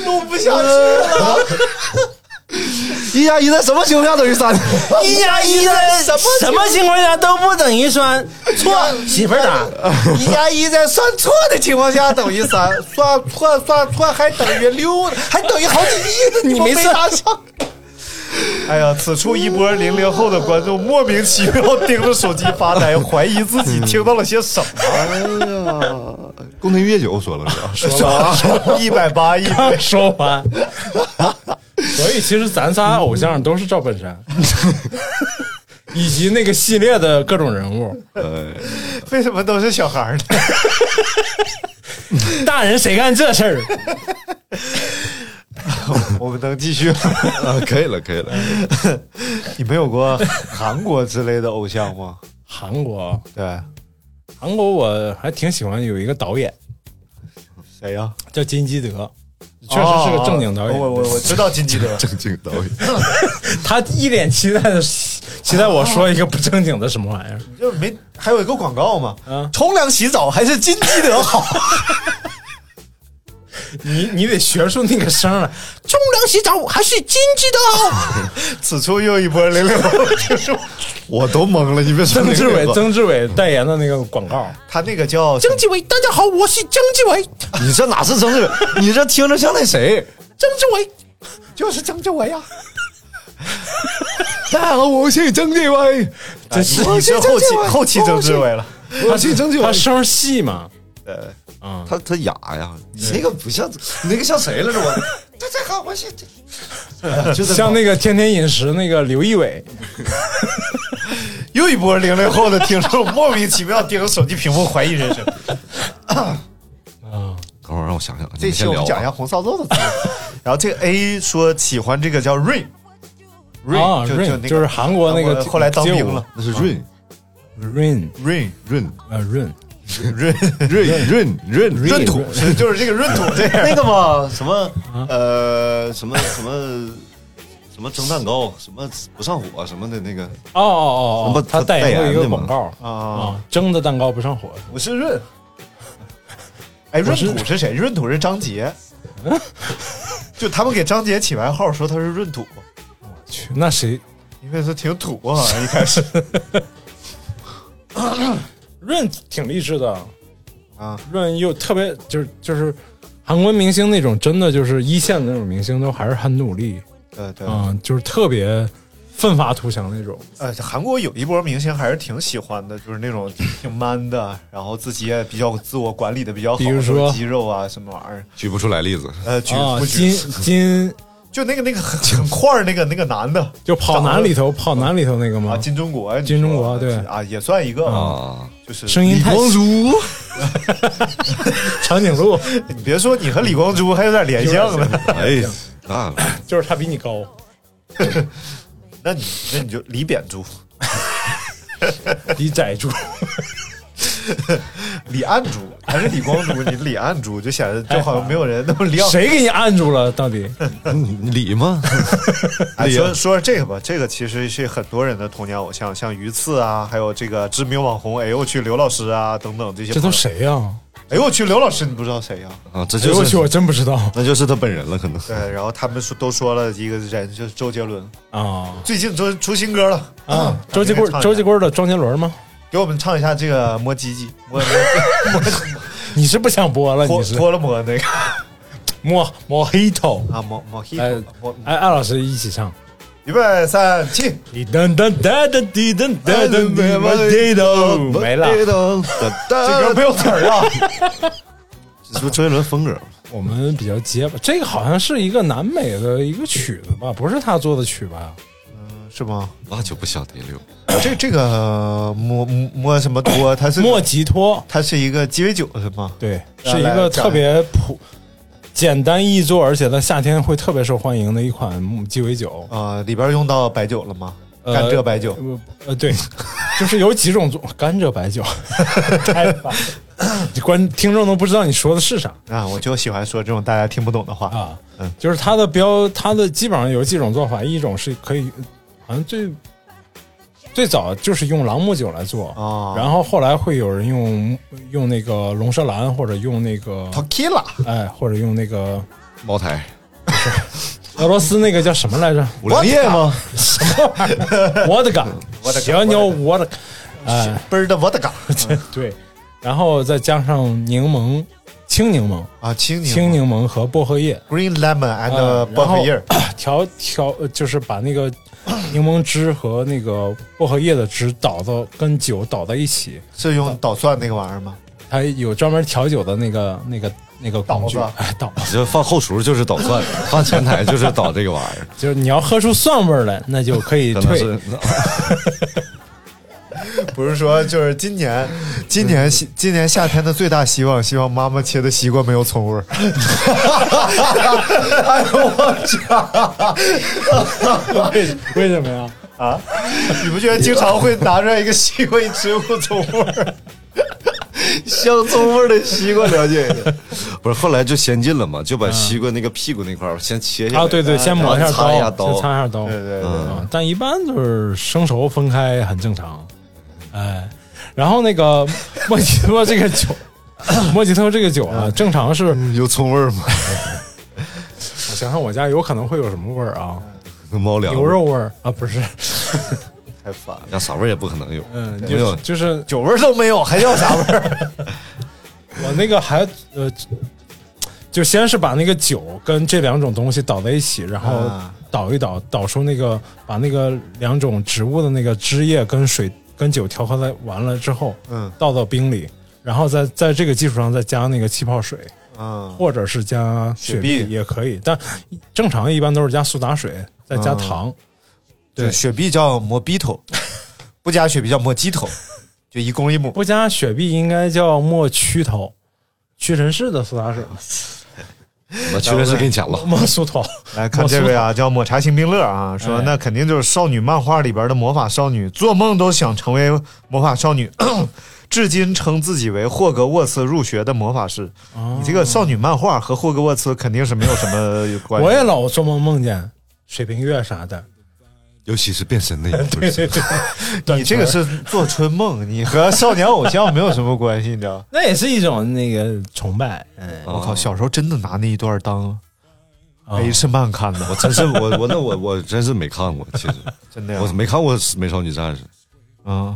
Speaker 2: 录不下去了，
Speaker 4: 一加一在什么情况下等于三？
Speaker 3: 一加一在什么什么情况下都不等于三，错媳妇儿打。
Speaker 2: 一加一在算错的情况下等于三，算错算错还等于六，还等于好几亿呢，
Speaker 3: 你没算
Speaker 2: 答上。 哎呀，此处一波零零后的观众莫名其妙盯着手机发呆，怀疑自
Speaker 3: 嗯
Speaker 2: 己听到了些什
Speaker 4: 哎呀，宫廷玉液酒说了 是吧？
Speaker 2: 么。 一百八亿，
Speaker 3: 刚 说完，所以其实咱仨偶像都是赵本山， 以及那个系列的各种人物。
Speaker 4: 哎
Speaker 2: 为什么都是小孩儿呢？
Speaker 3: 大人谁干这事儿？
Speaker 2: 我们能继续吗？
Speaker 4: 啊，可以了，可以了。
Speaker 2: 你们有过韩国之类的偶像吗？
Speaker 3: 韩国，
Speaker 2: 对，
Speaker 3: 韩国我还挺喜欢有一个导演
Speaker 2: 谁呀、
Speaker 3: 叫金基德，确实是个正经导演。
Speaker 2: 哦我我我知道 金基德，
Speaker 4: 正经导演，
Speaker 3: 他一脸期待的期待我说一个不正经的什么玩意儿。
Speaker 2: 就是没还有一个广告嘛，
Speaker 3: 嗯
Speaker 2: 冲凉洗澡还是金基德好。
Speaker 3: 你你得学出那个声来，冲凉洗澡还是金鸡的好。
Speaker 2: 此处又一波零零后听众，
Speaker 4: 我都懵了。你别说
Speaker 3: 曾志伟
Speaker 4: 那，个
Speaker 3: 曾志伟代言的那个广告，
Speaker 2: 他那个叫
Speaker 3: 曾志伟，大家好，我是曾志伟，
Speaker 4: 你这哪是曾志伟？你这听着像那谁？
Speaker 3: 曾志伟，
Speaker 2: 就是曾志伟呀，啊
Speaker 4: 大家好，我是曾志伟，
Speaker 3: 真是
Speaker 2: 哎你是后期后期曾志伟了。
Speaker 4: 我是曾志
Speaker 3: 他声儿细嘛，
Speaker 2: 呃，
Speaker 4: 他他哑呀，你那个不像，你那个像谁来着？我大家好，我是
Speaker 3: 像那个《天天饮食》那个刘仪伟，
Speaker 2: 又一波零零后的听众莫名其妙盯着手机屏幕怀疑人生。
Speaker 4: 等会儿让我想想，
Speaker 2: 这期
Speaker 4: 先
Speaker 2: 我
Speaker 4: 聊啊
Speaker 2: 们讲一下红烧 肉的资料。然后这个 A 说喜欢这个叫 Rain。
Speaker 3: 啊
Speaker 2: Rain 就
Speaker 3: Rain，
Speaker 2: 那个
Speaker 3: 就是韩国那个
Speaker 2: 后来当兵了
Speaker 4: 嗯
Speaker 2: 啊
Speaker 4: 那是 Rain
Speaker 3: Rain，
Speaker 4: Rain
Speaker 3: 呃 Rain，
Speaker 2: 润
Speaker 4: 润润润
Speaker 2: 闰土，是就是这个闰土这样。
Speaker 4: 那个嘛，什么 呃，什 么什么什么蒸蛋糕，什么不上火啊什么的那个，
Speaker 3: 哦哦哦
Speaker 4: 不
Speaker 3: 哦，他代言过一个广告
Speaker 2: 啊，
Speaker 3: 啊，蒸的蛋糕不上火，
Speaker 2: 我 是润。哎，闰土是谁？闰土是张 杰，就他们给张杰起外号说他是闰土，
Speaker 3: 去那谁
Speaker 2: 因为他挺土啊，好像一 开始
Speaker 3: 润挺励志的
Speaker 2: 啊，
Speaker 3: 润又特别就是就是韩国明星那种真的就是一线的那种明星都还是很努力
Speaker 2: 对
Speaker 4: 呃
Speaker 2: 对。
Speaker 3: 啊、就是特别奋发图强那种。
Speaker 2: 呃，韩国有一波明星还是挺喜欢的，就是那种挺 man 的，然后自己也比较自我管理的比较好，
Speaker 3: 比如说
Speaker 2: 有肌肉啊什么玩意儿，
Speaker 4: 举不出来例子。
Speaker 2: 呃，举
Speaker 3: 啊，
Speaker 2: 不
Speaker 3: 金
Speaker 2: 举？
Speaker 3: 金
Speaker 2: 就那个那个很很块儿那个那个男的
Speaker 3: 就跑男里头，跑男里头那个
Speaker 2: 啊，
Speaker 3: 吗？
Speaker 2: 金钟国，你
Speaker 3: 金钟
Speaker 2: 说
Speaker 3: 国对
Speaker 2: 啊，也算一个
Speaker 4: 啊，
Speaker 2: 就是
Speaker 3: 声音太
Speaker 4: 珠，
Speaker 3: 长颈鹿，
Speaker 2: 你别说你和李光洙还有点联想呢，
Speaker 4: 哎，那
Speaker 3: 就是他比你高。
Speaker 2: 那你那你就李扁洙、
Speaker 3: 李宰猪，
Speaker 2: 李岸洙还是李光洙，你李岸洙就显得就好像没有人那么亮。
Speaker 3: 谁给你按住了？到底
Speaker 4: 理吗？
Speaker 2: 哎，
Speaker 4: 李
Speaker 2: 说
Speaker 4: 安
Speaker 2: 说这个吧，这个其实是很多人的童年偶像，像鱼刺啊，还有这个知名网红哎呦我去刘老师啊等等这些
Speaker 3: 这
Speaker 2: 朋友。
Speaker 3: 都谁呀、
Speaker 2: 哎呦我去刘老师，你不知道谁呀、
Speaker 4: 啊，这
Speaker 3: 哎呦
Speaker 4: 就
Speaker 3: 我去，
Speaker 4: 是
Speaker 3: 我真不知道
Speaker 4: 那就是他本人了，可能。
Speaker 2: 对，然后他们说都说了一个人，就是周杰伦，
Speaker 3: 啊
Speaker 2: 最近出出新歌了嗯
Speaker 3: 啊！周杰棍儿，周杰，棍儿的周杰伦吗？
Speaker 2: 给我们唱一下这个摸鸡鸡，摸摸
Speaker 3: 你是不想播了？
Speaker 2: 摸
Speaker 3: 你
Speaker 2: 脱
Speaker 3: 是
Speaker 2: 脱了摸那个
Speaker 3: 摸摸黑头。
Speaker 2: 啊摸摸黑
Speaker 3: 哎
Speaker 2: 摸，
Speaker 3: 哎，艾老师一起唱。
Speaker 2: 预备三起，
Speaker 3: 滴噔噔哒噔滴噔哒噔滴我滴
Speaker 4: 哦
Speaker 3: 噔没了。
Speaker 2: 这歌没有词儿 啊，
Speaker 4: 这是周杰伦风格，
Speaker 3: 我们比较结巴，这个好像是一个南美的一个曲子吧，不是他做的曲吧？
Speaker 2: 是吗？
Speaker 4: 那就不晓得了。
Speaker 2: 这这个摸摸摸什么多？它是
Speaker 3: 莫吉托，
Speaker 2: 它是一个鸡尾酒是吗？
Speaker 3: 对，
Speaker 2: 来
Speaker 3: 是一
Speaker 2: 来
Speaker 3: 个特别普、简单易做，而且在夏天会特别受欢迎的一款鸡尾酒。
Speaker 2: 啊、里边用到白酒了吗？
Speaker 3: 呃
Speaker 2: 甘蔗白酒，
Speaker 3: 呃呃，对， 就是有几种做甘蔗白酒，太 棒了观听众都不知道你说的是啥
Speaker 2: 啊，我就喜欢说这种大家听不懂的话。
Speaker 3: 啊
Speaker 2: 嗯，
Speaker 3: 就是它的标，它的基本上有几种做法，一种是可以，好像最最早就是用朗姆酒来做，
Speaker 2: 哦
Speaker 3: 然后后来会有人用用那个龙舌兰或者用那个
Speaker 2: Tequila
Speaker 3: 哎或者用那个
Speaker 4: 茅台
Speaker 3: 俄罗斯那个叫什么来着？
Speaker 4: 五粮液吗？
Speaker 3: 什么玩意儿？ 我的个，小鸟我的，哎，
Speaker 2: 倍儿的 vodka
Speaker 3: 对，然后再加上柠檬、青柠檬、
Speaker 2: 啊，青柠啊
Speaker 3: 青柠檬和薄荷叶，
Speaker 2: green lemon
Speaker 3: 呃
Speaker 2: and 薄
Speaker 3: 然
Speaker 2: 荷
Speaker 3: 后
Speaker 2: 叶
Speaker 3: 调调，呃就是把那 个柠檬汁和那个薄荷叶的汁倒到跟酒倒在一起。
Speaker 2: 是用捣蒜那个玩意儿吗？
Speaker 3: 它有专门调酒的那个、那个、那个工具
Speaker 2: 倒子，
Speaker 3: 哎，倒子
Speaker 4: 这放后厨就是捣蒜，放前台就是捣这个玩 意儿，
Speaker 3: 就是你要喝出蒜味儿来，那就可以
Speaker 4: 可能
Speaker 3: 退。
Speaker 4: 是
Speaker 2: 不是说就是今年，今年希今年夏天的最大希望，希望妈妈切的西瓜没有葱味儿。 哎呦我去！
Speaker 3: 为为什么呀？
Speaker 2: 你不觉得经常会拿出来一个西瓜一吃不葱味儿？
Speaker 4: 香葱味的西瓜，了解一下。 不是，后来就先进了嘛，就把西瓜那个屁股那块儿先切下来
Speaker 3: 啊，对对，先抹一下
Speaker 4: 然后擦一下
Speaker 3: 刀，先擦
Speaker 4: 刀。
Speaker 3: 一下刀。
Speaker 2: 对对对
Speaker 3: 啊，但一般就是生熟分开很正常。哎，然后那 个莫吉托这个 酒，莫吉托这个酒啊，正常是，我
Speaker 4: 有葱味儿吗？
Speaker 3: 想想我家有可能会有什么味儿啊？
Speaker 4: 猫粮
Speaker 3: 牛肉味儿啊，不是，
Speaker 2: 太烦了，
Speaker 4: 那啥味儿也不可能有。
Speaker 3: 嗯，
Speaker 4: 没
Speaker 3: 就
Speaker 4: 有
Speaker 3: 是就是
Speaker 2: 酒味儿都没有，还要啥味儿？
Speaker 3: 我那个还呃，就先是把那个酒跟这两种东西倒在一起，然后
Speaker 2: 啊
Speaker 3: 倒一倒，倒出那个把那个两种植物的那个汁液跟水跟酒调和在完了之后，
Speaker 2: 嗯
Speaker 3: 倒到冰里，然后在在这个基础上再加那个气泡水，
Speaker 2: 嗯，
Speaker 3: 或者是加雪
Speaker 2: 雪
Speaker 3: 碧
Speaker 2: 碧
Speaker 3: 也可以，但正常一般都是加苏打水，再
Speaker 2: 啊
Speaker 3: 加糖。对
Speaker 2: 对，雪碧叫摩比 头，不加雪碧叫摩鸡头，就一公一母。
Speaker 3: 不加雪碧应该叫莫曲头，屈臣氏的苏打
Speaker 2: 啊
Speaker 3: 水，
Speaker 4: 我确实是给你讲 了，
Speaker 3: 莫苏头。
Speaker 2: 来看这位啊，叫抹茶星冰乐啊，说
Speaker 3: 哎
Speaker 2: 那肯定就是少女漫画里边的魔法少女，做梦都想成为魔法少女。 至今称自己为霍格沃茨入学的魔法师。你这个少女漫画和霍格沃茨肯定是没有什么有关系。
Speaker 3: 我也老做梦梦见水瓶月啥的，
Speaker 4: 尤其是变身那一
Speaker 3: 对
Speaker 4: 对
Speaker 3: 对对，
Speaker 2: 你这个是做春梦，你和少年偶像没有什么关系，你知 道？
Speaker 3: 那也是一种那个崇拜，嗯，
Speaker 2: 我靠，哎小时候真的拿那一段当
Speaker 3: 啊
Speaker 2: H 漫看的，哦我
Speaker 4: 我真是我我那我我真是没看过， 其实
Speaker 2: 真
Speaker 3: 哎
Speaker 2: 的呀
Speaker 4: 我没看过《美少女战士》。
Speaker 2: 嗯，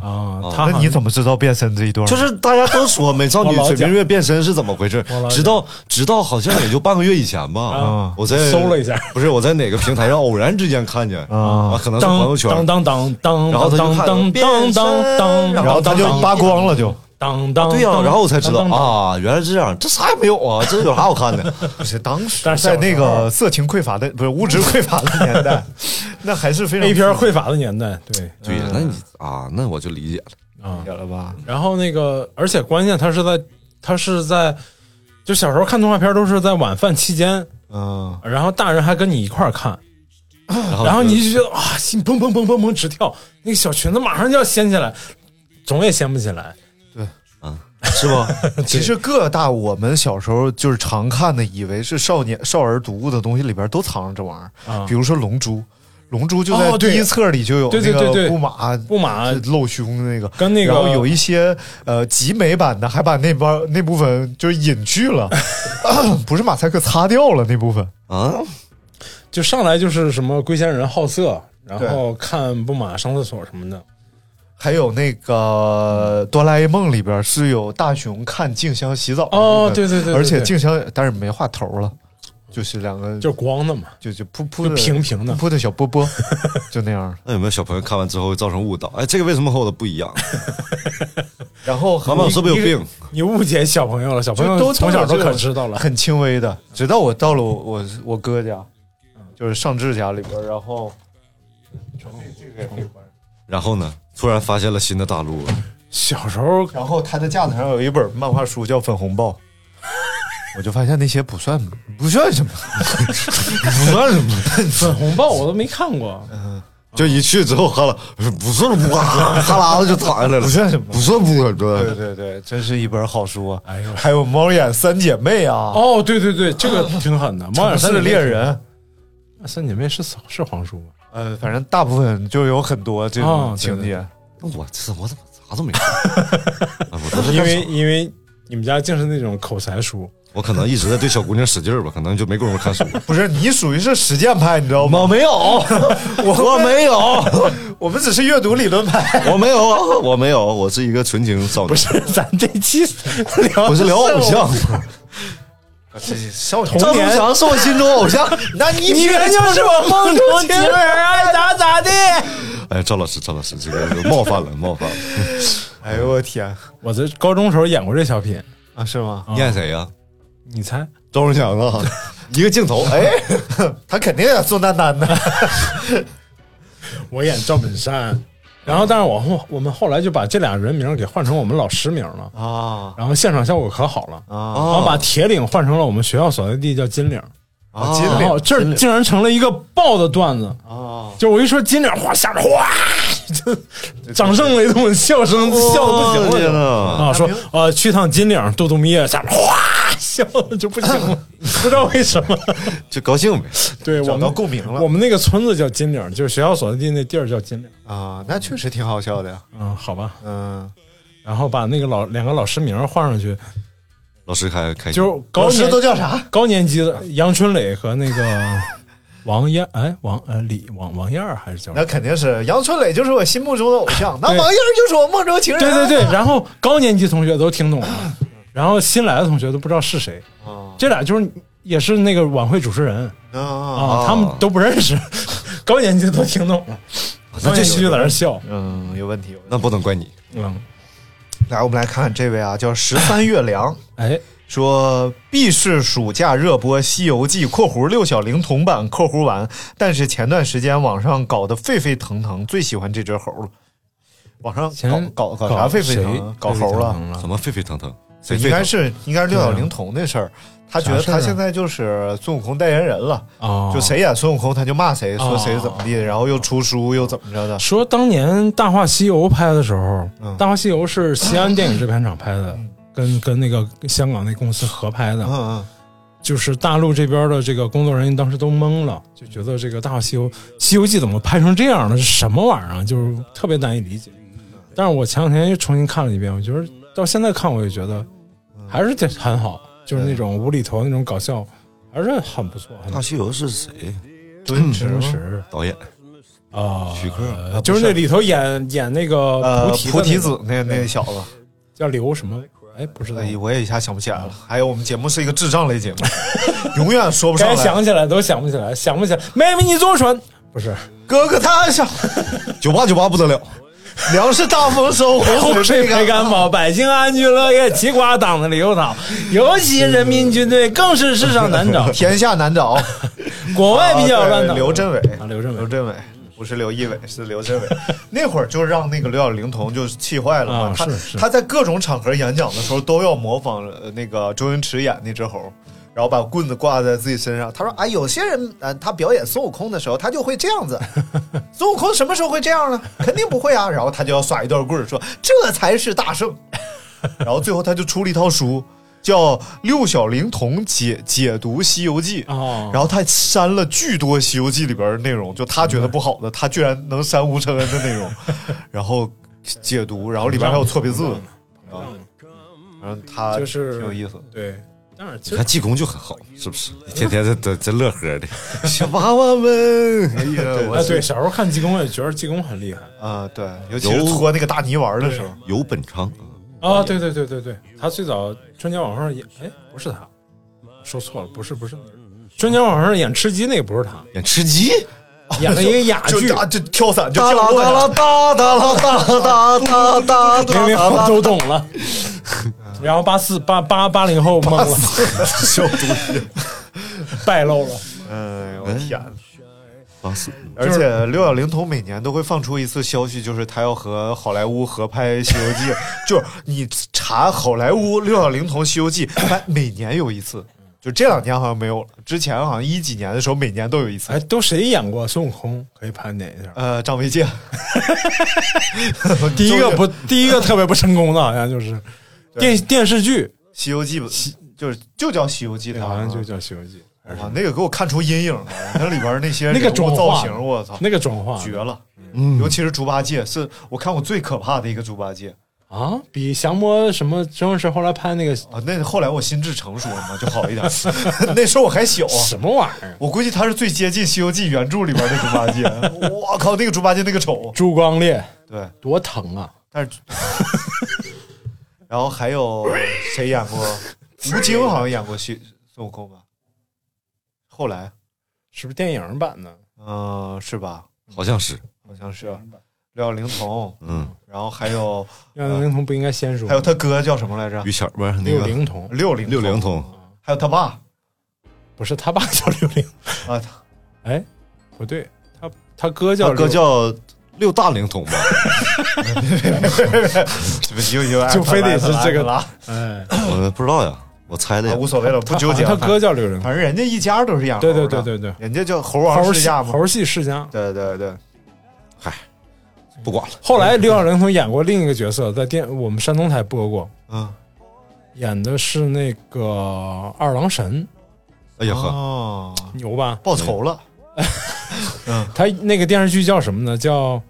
Speaker 3: 啊，
Speaker 4: 哦
Speaker 3: 他
Speaker 2: 那
Speaker 3: 好
Speaker 2: 你
Speaker 3: 像
Speaker 2: 怎么知道变身这一段？
Speaker 4: 就是大家都说美少女
Speaker 3: 我老
Speaker 4: 水
Speaker 3: 讲
Speaker 4: 瓶月变身是怎么回事
Speaker 3: 我老，讲
Speaker 4: 直到直到好像也就半个月以前吧
Speaker 3: 啊，
Speaker 4: 我在
Speaker 3: 搜了一下，
Speaker 4: 不是我在哪个平台上偶然之间看见啊，可能是朋友
Speaker 3: 当
Speaker 4: 圈，
Speaker 3: 当当当当，
Speaker 4: 然后他就
Speaker 3: 当
Speaker 4: 看
Speaker 3: 当
Speaker 4: 变
Speaker 3: 当当当，
Speaker 4: 身
Speaker 2: 然后他就
Speaker 3: 当
Speaker 2: 扒光了就，
Speaker 3: 当当，
Speaker 4: 对呀、
Speaker 3: 当
Speaker 4: 然后我才知道。
Speaker 3: 当当当
Speaker 4: 啊，原来是这样，这啥也没有 啊，这有啥好看的？
Speaker 2: 不是当时
Speaker 3: 但是小时
Speaker 2: 在
Speaker 3: 候
Speaker 2: 那个色情匮乏的不是物质匮乏的年代， 那还是非常
Speaker 3: A 片匮乏的年代，对
Speaker 4: 对呀、那你啊，那我就理解了。
Speaker 3: 啊，
Speaker 2: 了吧？
Speaker 3: 然后那个，而且关键他是在他是在，就小时候看动画片都是在晚饭期间，
Speaker 2: 嗯，
Speaker 3: 然后大人还跟你一块儿看，
Speaker 4: 然后
Speaker 3: 然后
Speaker 4: 就
Speaker 3: 你就觉得啊，心砰砰砰砰砰直跳，那个小裙子马上就要掀起来，总也掀不起来。
Speaker 4: 是 吧？
Speaker 2: 其实各大我们小时候就是常看的，以为是少年少儿读物的东西里边都藏着这玩意儿，
Speaker 3: 啊
Speaker 2: 比如说《龙珠》，《龙珠》就
Speaker 3: 哦
Speaker 2: 在
Speaker 3: 对
Speaker 2: 第一册里就有
Speaker 3: 对对
Speaker 2: 那
Speaker 3: 对
Speaker 2: 个
Speaker 3: 对啊
Speaker 2: 布马
Speaker 3: 布马
Speaker 2: 露胸的那个，
Speaker 3: 跟那个
Speaker 2: 然后有一些呃集美版的还把那帮那部分就是隐去了， 不是马赛克擦掉了那部分。
Speaker 4: 啊，
Speaker 3: 就上来就是什么龟仙人好色，然后看布马上厕所什么的。
Speaker 2: 还有那个《哆啦 A 梦》里边是有大雄看静香洗澡的
Speaker 3: 哦
Speaker 2: 部分
Speaker 3: 对对对对
Speaker 2: 而且
Speaker 3: 对
Speaker 2: 静香但是没画头了，就是两个
Speaker 3: 就是光的嘛，
Speaker 2: 就就噗噗
Speaker 3: 就
Speaker 2: 的
Speaker 3: 平平的
Speaker 2: 噗噗的小波波，就那 样。
Speaker 4: 那有没有小朋友看完之后造成误导？哎，这个为什么和我的不一 样？
Speaker 2: 然后
Speaker 4: 妈妈，我是不是有病？
Speaker 3: 你误解小朋友了，小
Speaker 2: 就
Speaker 3: 朋友
Speaker 2: 都
Speaker 3: 从小都
Speaker 2: 都有这
Speaker 3: 可
Speaker 2: 种
Speaker 3: 知道了。
Speaker 2: 很轻微的。直到我到了我我我哥家，就是尚志家里边，然后
Speaker 4: 然后呢，突然发现了新的大 陆，
Speaker 3: 小时候
Speaker 2: 然后他的架子上有一本漫画书叫《粉红豹》。我就发现那些不算不算什么，
Speaker 4: 不算什么，
Speaker 3: 粉红豹我都没看过，
Speaker 4: 就一去之后哈啦，不算不哇，哈喇子就躺下来了，
Speaker 2: 不算什么
Speaker 4: 不算不算，
Speaker 2: 对
Speaker 4: 对
Speaker 2: 对对，真是一本好书啊！
Speaker 3: 哎呦
Speaker 2: 还有《猫眼三姐妹》啊，
Speaker 3: 哦，对对对，这个挺狠 的，《猫眼
Speaker 2: 城
Speaker 3: 三
Speaker 2: 市
Speaker 3: 姐妹
Speaker 2: 猎》人，
Speaker 3: 三姐妹是是是黄叔吗？
Speaker 2: 呃，反正大部分就有很多这种
Speaker 3: 哦
Speaker 2: 情节。
Speaker 4: 那我这我怎么啥都没 看？啊我都是
Speaker 3: 因为因为你们家净是那种口才书，
Speaker 4: 我可能一直在对小姑娘使劲儿吧，可能就没工夫看书。
Speaker 2: 不是你属于是实践派，你知道吗？我没有，我
Speaker 4: 我没有，
Speaker 2: 我们只是阅读理论派。
Speaker 4: 我 没有， 我没有，我是一个纯情少女，不是
Speaker 3: 咱这期 聊
Speaker 4: 我是聊偶像。
Speaker 2: 少
Speaker 3: 童年
Speaker 4: 翔是我心中偶像。
Speaker 2: 那你
Speaker 3: 你原就是 我梦中情 人，啊爱咋咋地。
Speaker 4: 哎，赵老师，赵老师，这个冒犯了，冒犯了。
Speaker 2: 哎呦我天
Speaker 3: 我在高中时候演过这小品，
Speaker 2: 啊，是吗？
Speaker 4: 你演谁呀？啊
Speaker 3: 你猜？
Speaker 4: 赵忠祥啊，一个镜头，哎，
Speaker 2: 他肯定演宋丹丹的。
Speaker 3: 我演赵本山，然后但是我后我们后来就把这俩人名给换成我们老师名了，
Speaker 2: 啊
Speaker 3: 然后现场效果可好了，
Speaker 2: 啊
Speaker 3: 然后把铁岭换成了我们学校所在地叫金岭，
Speaker 2: 啊！金
Speaker 3: 然后
Speaker 2: 领
Speaker 3: 这儿竟然成了一个爆的段子，
Speaker 2: 啊，
Speaker 3: 就我一说金岭，哗，下面哗，就掌声雷动，笑声
Speaker 2: 哦
Speaker 3: 笑的不行了就。
Speaker 4: 了。
Speaker 3: 啊，说呃去趟金岭度度蜜月，下面哗笑的就不行 了，不知道为什么。
Speaker 4: 就高兴呗。
Speaker 3: 对我
Speaker 2: 找到
Speaker 3: 们
Speaker 2: 共鸣了
Speaker 3: 我们那个村子叫金岭，就是学校所在地那地儿叫金岭。
Speaker 2: 啊，那确实挺好笑的呀。
Speaker 3: 嗯，好吧。
Speaker 2: 嗯，
Speaker 3: 然后把那个老两个老师名儿换上去，
Speaker 4: 老师开开心，
Speaker 3: 就是高
Speaker 2: 老师
Speaker 3: 年
Speaker 2: 都叫啥？
Speaker 3: 高年级的杨春磊和那 个王燕，哎王呃李王王燕儿还是叫什
Speaker 2: 那
Speaker 3: 么？
Speaker 2: 肯定是杨春磊就是我心目中的偶像，那
Speaker 3: 对
Speaker 2: 王燕儿就是我梦中情人。
Speaker 3: 对对对，然后高年级同学都听懂了，然后新来的同学都不知道是谁。这俩就是也是那个晚会主持人。
Speaker 2: 对啊，
Speaker 3: 啊，他们都不认识， 高年级都听懂了，高年级就在那儿笑。
Speaker 2: 嗯，有问题。有问题
Speaker 4: 那不能怪你。
Speaker 3: 嗯，
Speaker 2: 来，我们来看看这位啊，叫十三月凉。
Speaker 3: 哎，
Speaker 2: 说必是暑假热播《西游记》（括弧六小龄童版（括弧完）），但是前段时间网上搞得沸沸腾腾，最喜欢这只猴了。网上
Speaker 3: 前
Speaker 2: 搞搞搞啥沸沸腾
Speaker 3: 谁
Speaker 2: 腾？搞猴
Speaker 3: 沸沸腾
Speaker 2: 了
Speaker 3: 腾啊
Speaker 4: 怎么沸沸腾腾？谁
Speaker 2: 应
Speaker 4: 最
Speaker 2: 该
Speaker 4: 懂
Speaker 2: 是应该是六小龄童的事儿。他觉得他现在就是孙悟空代言人了，
Speaker 3: 哦
Speaker 2: 就谁演孙悟空他就骂谁，说谁怎么地，然后又出书又怎么着的。
Speaker 3: 说当年《大话西游》拍的时候，
Speaker 2: 嗯
Speaker 3: 大话西游》是西安电影制片厂拍的，跟跟那个跟香港那公司合拍的，
Speaker 2: 嗯嗯，
Speaker 3: 就是大陆这边的这个工作人员当时都懵了，就觉得这个《大话西游》《西游记》怎么拍成这样了？是什么玩意儿啊？就是特别难以理解。
Speaker 2: 嗯
Speaker 3: 但是我前两天又重新看了一遍，我觉得到现在看我也觉得
Speaker 2: 嗯
Speaker 3: 还是挺很好，就是那种无厘头那种搞笑，还是很不错。很
Speaker 2: 啊
Speaker 4: 大西游是谁？
Speaker 2: 周星驰
Speaker 3: 真
Speaker 2: 吗
Speaker 3: 实
Speaker 4: 导演
Speaker 3: 啊，
Speaker 4: 徐克
Speaker 3: 呃
Speaker 2: 啊不
Speaker 3: 就是
Speaker 2: 是
Speaker 3: 那里头演演那个
Speaker 2: 呃
Speaker 3: 菩提的那
Speaker 2: 菩
Speaker 3: 个
Speaker 2: 提子那那小子，
Speaker 3: 叫刘什么？哎，不知道，
Speaker 2: 哎，我也一下想不起来了。还有我们节目是一个智障 类节目，永远说不上
Speaker 3: 该
Speaker 2: 来。
Speaker 3: 想起来都想不起来，想不起来。妹妹，你坐船不是？
Speaker 2: 哥哥他想，
Speaker 4: 九八九八不得了，
Speaker 2: 粮食大 丰收，洪
Speaker 3: 洪
Speaker 2: 水
Speaker 3: 水
Speaker 2: 被
Speaker 3: 培
Speaker 2: 干。
Speaker 3: 干 饱，百姓安居乐业，齐瓜党的刘草，尤其人民军队更是世上难 找，
Speaker 2: 天下难找，
Speaker 3: 国外比较乱
Speaker 2: 对
Speaker 3: 找。
Speaker 2: 呃刘镇伟
Speaker 3: 啊，刘镇伟
Speaker 2: 刘镇伟不是刘仪伟，是刘镇伟。 那会儿就让那个刘小龄童就气坏了嘛
Speaker 3: 啊，
Speaker 2: 他
Speaker 3: 是是
Speaker 2: 他在各种场合演讲的时候都要模仿呃那个周星驰演那只猴。然后把棍子挂在自己身上，他说：“啊，有些人，呃，他表演孙悟空的时候，他就会这 样子。孙悟空什么时候会这样呢？肯定不会啊。”然后他就要耍一段棍儿，说：“这才是 大圣。”然后最后他就出了一套书，叫《六小龄童解解读西游记》。
Speaker 3: 哦
Speaker 2: 然后他删了巨多《西游记》里边的内容，就他觉得不好的，他居然能删吴承恩的内容，然后解读，然后里边还有错别字，啊，然后他
Speaker 3: 就是
Speaker 2: 挺有意思的。
Speaker 3: 对，但是
Speaker 4: 你
Speaker 3: 其实
Speaker 4: 看济公就很好，是不是？一天天这这这乐呵的，小娃娃们，
Speaker 3: 哎对，小时候看济公也觉得济公很厉害
Speaker 2: 啊，对，尤其是搓那个大泥丸的时候，
Speaker 4: 有本昌，
Speaker 3: 啊，对对对对对，他最早春节晚上演，哎，不是他，说错了，不是不是，春节晚上演吃鸡那个不是他，
Speaker 4: 演吃鸡，
Speaker 3: 演了一个哑
Speaker 2: 就
Speaker 3: 剧
Speaker 2: 就。啊就跳伞就
Speaker 4: 哒
Speaker 2: 跳
Speaker 4: 啦
Speaker 2: 落
Speaker 4: 哒啦
Speaker 2: 了，
Speaker 4: 哒哒啦哒哒哒哒
Speaker 3: 零零
Speaker 4: 哒
Speaker 3: 后
Speaker 4: 哒，
Speaker 3: 都懂了，
Speaker 2: 嗯
Speaker 3: 然后八四八八八零后懵了，
Speaker 2: 小猪，
Speaker 3: 败露了。
Speaker 2: 嗯，
Speaker 3: 哎
Speaker 2: 我天哪！
Speaker 4: 八四，
Speaker 2: 而且六小龄童每年都会放出一次消息，就是他要和好莱坞合拍《西游 记》，就是你查好莱坞六小龄童《西游记》，它每年有一次，就这两年好像没有了，之前好像一几年的时候每年都有一次。
Speaker 3: 哎，都谁演过孙悟空？可以盘点一下。
Speaker 2: 呃，张卫健，
Speaker 3: 第一个不，
Speaker 2: 《
Speaker 3: 第一个特别不成功的，好像就是电电视剧，
Speaker 2: 西游记》就是就叫《西游记》的，
Speaker 3: 好像就叫《西游记》，
Speaker 2: 哇，那个给我看出阴影了，那里边那些
Speaker 3: 那个
Speaker 2: 人
Speaker 3: 妆
Speaker 2: 物
Speaker 3: 化
Speaker 2: 造型，我操，
Speaker 3: 那个妆化
Speaker 2: 绝了！嗯尤其是猪八戒，是我看过最可怕的一个猪八戒。
Speaker 3: 啊，比降魔什么周星驰后来拍那个
Speaker 2: 啊，那后来我心智成熟了嘛，就好一点。那时候我还小啊，
Speaker 3: 什么玩意儿，
Speaker 2: 我估计他是最接近《西游记》原著里边的猪八戒。我靠，那个猪八戒那个丑，
Speaker 3: 朱光烈
Speaker 2: 对，
Speaker 3: 多疼啊！
Speaker 2: 但是， 然后还有谁演过？吴京好像演过西孙悟空吧？后来，
Speaker 3: 是不是电影版的？
Speaker 2: 嗯、是吧？
Speaker 4: 好像是，
Speaker 2: 好像是六小龄童，
Speaker 4: 嗯，
Speaker 2: 然后还有
Speaker 3: 让灵童不应该先说吗，
Speaker 2: 还有他哥叫什么来着
Speaker 4: 于？谦不是那
Speaker 3: 六
Speaker 4: 个
Speaker 3: 灵童，
Speaker 2: 六龄
Speaker 4: 六龄
Speaker 2: 龄童，
Speaker 4: 童，
Speaker 2: 还有他爸
Speaker 3: 不是他爸叫六灵，
Speaker 2: 啊，
Speaker 3: 哎，不对，他他哥叫
Speaker 4: 他哥
Speaker 3: 六
Speaker 4: 叫六大龄童吧？
Speaker 2: 有有
Speaker 3: 就非得是这个
Speaker 2: 了。
Speaker 3: 哎，
Speaker 4: 我不知道呀，我猜的
Speaker 2: 啊
Speaker 4: 呀。
Speaker 2: 无所谓了，不纠结。
Speaker 3: 他哥叫六灵童，
Speaker 2: 反正人家一家都是养猴
Speaker 3: 对
Speaker 2: 的，
Speaker 3: 对对对对，
Speaker 2: 人家叫猴
Speaker 3: 猴
Speaker 2: 王世
Speaker 3: 系
Speaker 2: 家嘛。
Speaker 3: 猴系世家。
Speaker 2: 对对对，
Speaker 4: 不管了，
Speaker 3: 后来刘小龄童演过另一个角色，在电我们山东台播过，
Speaker 2: 嗯，
Speaker 3: 演的是那个二郎神，
Speaker 4: 哎呀呵，
Speaker 2: 哦，
Speaker 3: 牛吧？
Speaker 2: 报仇了，
Speaker 3: 他那个电视剧叫什么呢？叫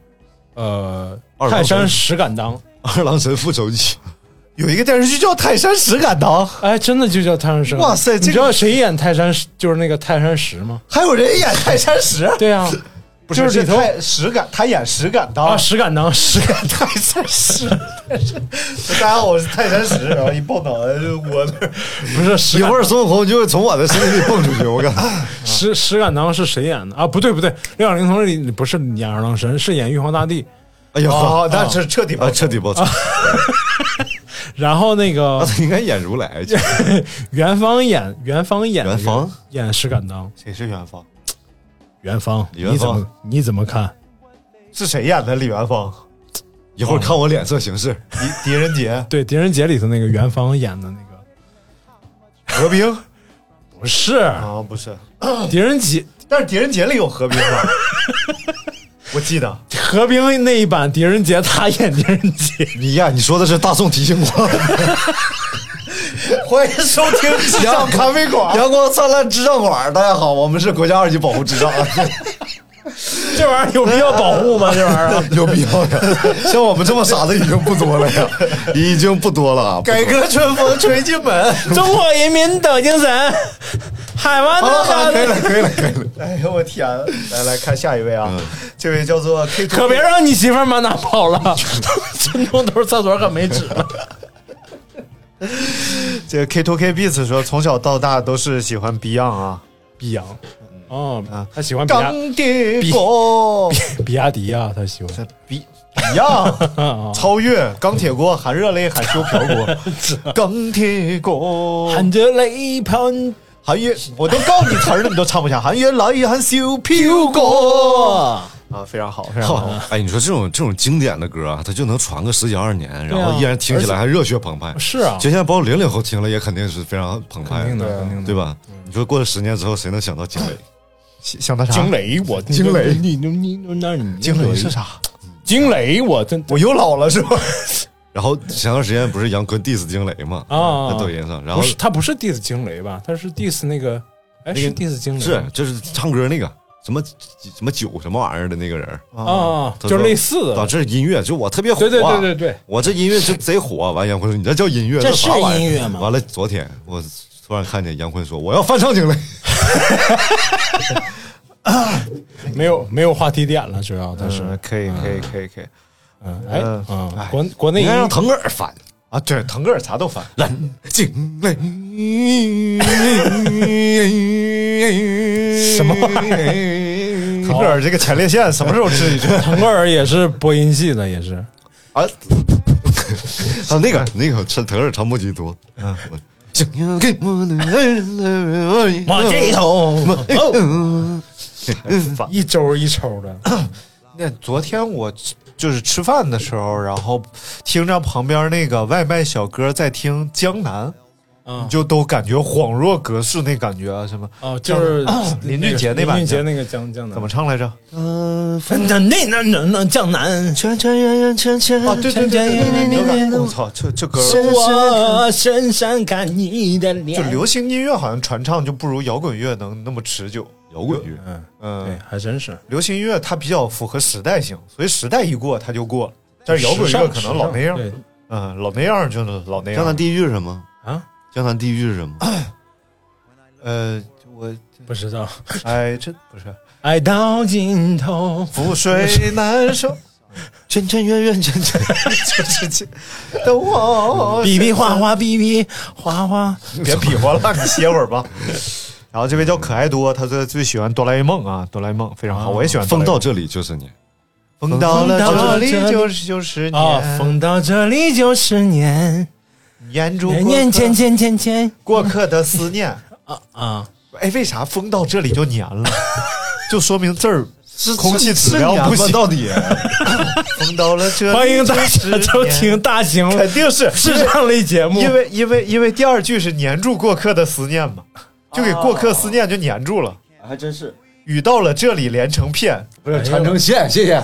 Speaker 3: 呃
Speaker 4: 二郎
Speaker 3: 《泰
Speaker 4: 神
Speaker 3: 山石敢当》。
Speaker 4: 二郎神复仇记，
Speaker 2: 有一个电视剧叫《泰山石敢当》，
Speaker 3: 哎，真的就叫泰山石敢当。
Speaker 2: 哇塞这个
Speaker 3: 你知道谁演泰山石就是那个泰山石吗？
Speaker 2: 还有人演泰山石，
Speaker 3: 对啊，
Speaker 2: 不
Speaker 3: 就是是里
Speaker 2: 是
Speaker 3: 头
Speaker 2: 泰石敢，他演石敢
Speaker 3: 啊，
Speaker 2: 当，
Speaker 3: 石敢当，石敢
Speaker 2: 泰山石。 大家好，我是泰山石，然后一抱脑袋就窝那儿。
Speaker 3: 不是石
Speaker 4: 一
Speaker 3: 敢
Speaker 4: 会儿孙悟空就会从我的身体里蹦出去，我感觉。
Speaker 3: 石石敢当是谁演的啊？不对不对，刘小龄童里不是演二郎神，是演玉皇大帝。
Speaker 4: 哎呀呵，
Speaker 2: 哦，那是彻底
Speaker 4: 啊，
Speaker 2: 把
Speaker 4: 彻底爆炸！
Speaker 3: 然后那
Speaker 4: 那
Speaker 3: 个
Speaker 4: 他应该演如来，
Speaker 3: 元芳演元芳演
Speaker 4: 元芳
Speaker 3: 演石敢当。
Speaker 2: 谁是元芳？
Speaker 3: 元芳，
Speaker 4: 元芳
Speaker 3: 你怎么你怎么看？
Speaker 2: 是谁演的李元芳？哦
Speaker 4: 一会儿看我脸色行事。
Speaker 2: 狄狄 仁杰、
Speaker 3: 对《狄仁杰》里头那个袁芳演的那个，
Speaker 2: 何冰
Speaker 3: 不是
Speaker 2: 啊，不是，
Speaker 3: 《狄仁杰》
Speaker 2: 但是狄仁杰里有何冰吧？ 我记得
Speaker 3: 何冰那一版《狄仁杰》，他演狄仁杰。
Speaker 4: 你呀，你说的是大众提醒我，
Speaker 2: 欢迎收听《上咖啡馆》。
Speaker 4: 阳光灿烂智障馆。大家好，我们是国家二级保护 智障，
Speaker 3: 这玩意儿有必要保护吗？这玩 意儿啊
Speaker 4: 有必要 呀？像我们这么傻的已经不多了呀，已经不多了啊。
Speaker 2: 改革春风吹进门。
Speaker 3: 中国人民的精神，海 湾
Speaker 4: 好了好了，
Speaker 3: 的
Speaker 4: 可以了可以了可以了。嗯
Speaker 2: 哎呦我天！来来看下一位啊，这位叫做 K
Speaker 3: 可别让你媳妇儿满哪跑了，村东头厕所可没纸了。
Speaker 2: 这 K to K Beats 说，从小到大都是喜欢 Beyond 啊，
Speaker 3: 比洋，哦，他喜欢比亚
Speaker 2: 钢铁锅
Speaker 3: 比亚迪啊，他喜欢。
Speaker 2: 比 Beyond 超越钢铁锅，含热泪，含羞瓢 锅，钢铁锅，
Speaker 3: 含着泪跑，
Speaker 2: 含月，我都告诉你词儿了，你都唱不下，含月来，含羞瓢 锅啊，非常好，非常好。
Speaker 4: 哎，你说这种这种经典的歌啊，它就能传个十几二十年，然后依然听起来还热血澎湃。
Speaker 3: 是啊
Speaker 4: 就现在包括零零后听了也肯定是非常澎湃，
Speaker 3: 肯定的肯定的
Speaker 4: 对吧？
Speaker 2: 嗯
Speaker 4: 你说过了十年之后，谁能想到惊雷？
Speaker 2: 想到啥？
Speaker 3: 雷，我惊雷，你你你你那你
Speaker 2: 惊雷是？啥？
Speaker 3: 惊雷，我真
Speaker 2: 我又老了是吧？
Speaker 4: 然后前段时间不是杨坤 diss 惊雷嘛？
Speaker 3: 啊
Speaker 4: 在抖音上，然后
Speaker 3: 不是他不是 diss 惊雷吧？他是 diss 那个，
Speaker 4: 那
Speaker 3: 哎，
Speaker 4: 个
Speaker 3: 是 diss 惊雷
Speaker 4: 是就是唱歌那个什么什么酒什么玩意儿的那个人，
Speaker 3: 啊，
Speaker 4: 他
Speaker 3: 就
Speaker 4: 说
Speaker 3: 类似
Speaker 4: 啊，
Speaker 3: 的，
Speaker 4: 这是音乐，就我特别火、啊，
Speaker 3: 对对对对对，
Speaker 4: 我这音乐就贼火。完，杨坤说你这叫音乐，
Speaker 5: 这
Speaker 4: 啥玩意儿
Speaker 5: 是音乐吗
Speaker 4: 完了，昨天我突然看见杨坤说我要翻唱惊雷，
Speaker 3: 没有没有话题点了，主要他是
Speaker 2: 嗯，可以，可以，可以，可以
Speaker 3: 嗯哎
Speaker 2: 嗯
Speaker 3: 啊
Speaker 2: 哎，
Speaker 3: 国国内
Speaker 4: 应该让
Speaker 3: 音
Speaker 4: 腾格尔翻。
Speaker 2: 啊！对，腾格尔啥都翻。
Speaker 4: 蓝精灵，
Speaker 3: 什么玩意儿？
Speaker 4: 儿？
Speaker 2: 腾格尔这个前列腺什么时候治一治？
Speaker 3: 腾格尔也是播音系的，也是
Speaker 4: 啊 啊，那个那个，陈腾格尔唱莫吉多。嗯，
Speaker 3: 往这一头，
Speaker 2: 烦
Speaker 3: 一周一抽的，
Speaker 2: 那昨天我吃就是吃饭的时候，然后听着旁边那个外卖小哥在听《江南》，
Speaker 3: 嗯
Speaker 2: 你就都感觉恍若隔世那感觉啊，什么
Speaker 3: 哦，就是
Speaker 2: 林俊杰那版
Speaker 3: 林俊杰那个江江南
Speaker 2: 怎么唱来着？
Speaker 3: 那那那那那江南，哦
Speaker 2: 啊，对对对对对对！我操，这这歌
Speaker 3: 我深深看你的
Speaker 2: 就
Speaker 3: 脸
Speaker 2: 流行音乐好像传唱就不如摇滚乐能那么持久。
Speaker 4: 摇滚乐，
Speaker 3: 嗯，对
Speaker 2: 嗯，，
Speaker 3: 还真是。
Speaker 2: 流行音乐它比较符合时代性，所以时代一过它就过了。但是摇滚
Speaker 3: 时
Speaker 2: 乐
Speaker 3: 尚
Speaker 2: 可能老那样
Speaker 3: 时，尚对
Speaker 2: 嗯，老那样就是老那
Speaker 4: 江南
Speaker 2: 样。
Speaker 4: 地狱是什么？
Speaker 3: 啊，
Speaker 4: 江南地狱是什么？
Speaker 2: 呃，我
Speaker 3: 不知道。
Speaker 2: 哎，这不是
Speaker 3: 爱到尽头，
Speaker 2: 覆水难收，圈圈圆圆圈圈，就是这的我。
Speaker 3: 比比划划，比比划划。
Speaker 2: 别比划了，你歇会 儿吧。然后这位叫可爱多，他最最喜欢哆啦 A 梦啊，哆啦 A 梦非常好，我也喜欢哆啦
Speaker 4: 风
Speaker 2: A 梦。
Speaker 4: 到这里就是你，
Speaker 2: 风到了
Speaker 3: 风到
Speaker 2: 这
Speaker 3: 了
Speaker 2: 里
Speaker 3: 这里
Speaker 2: 就是就是
Speaker 3: 啊，
Speaker 2: 你，
Speaker 3: 风到这里就十年，
Speaker 2: 掩住
Speaker 3: 年
Speaker 2: 过
Speaker 3: 年
Speaker 2: 客
Speaker 3: 见见见见
Speaker 2: 过客的思念。
Speaker 3: 啊啊！
Speaker 2: 哎，为啥风到这里就黏 了？就说明这儿
Speaker 4: 是
Speaker 2: 空气质量 不 行
Speaker 4: 到底。
Speaker 2: 风到了这里
Speaker 3: 欢迎大
Speaker 2: 就是
Speaker 3: 家
Speaker 2: 黏
Speaker 3: 收听，大型
Speaker 2: 肯定是
Speaker 3: 是这样类节目，
Speaker 2: 因为因为因为第二句是黏住过客的思念嘛，就给过客思念就黏住了。
Speaker 5: 哦还真是。
Speaker 2: 雨到了这里连成片，不是
Speaker 4: 缠成线，谢谢。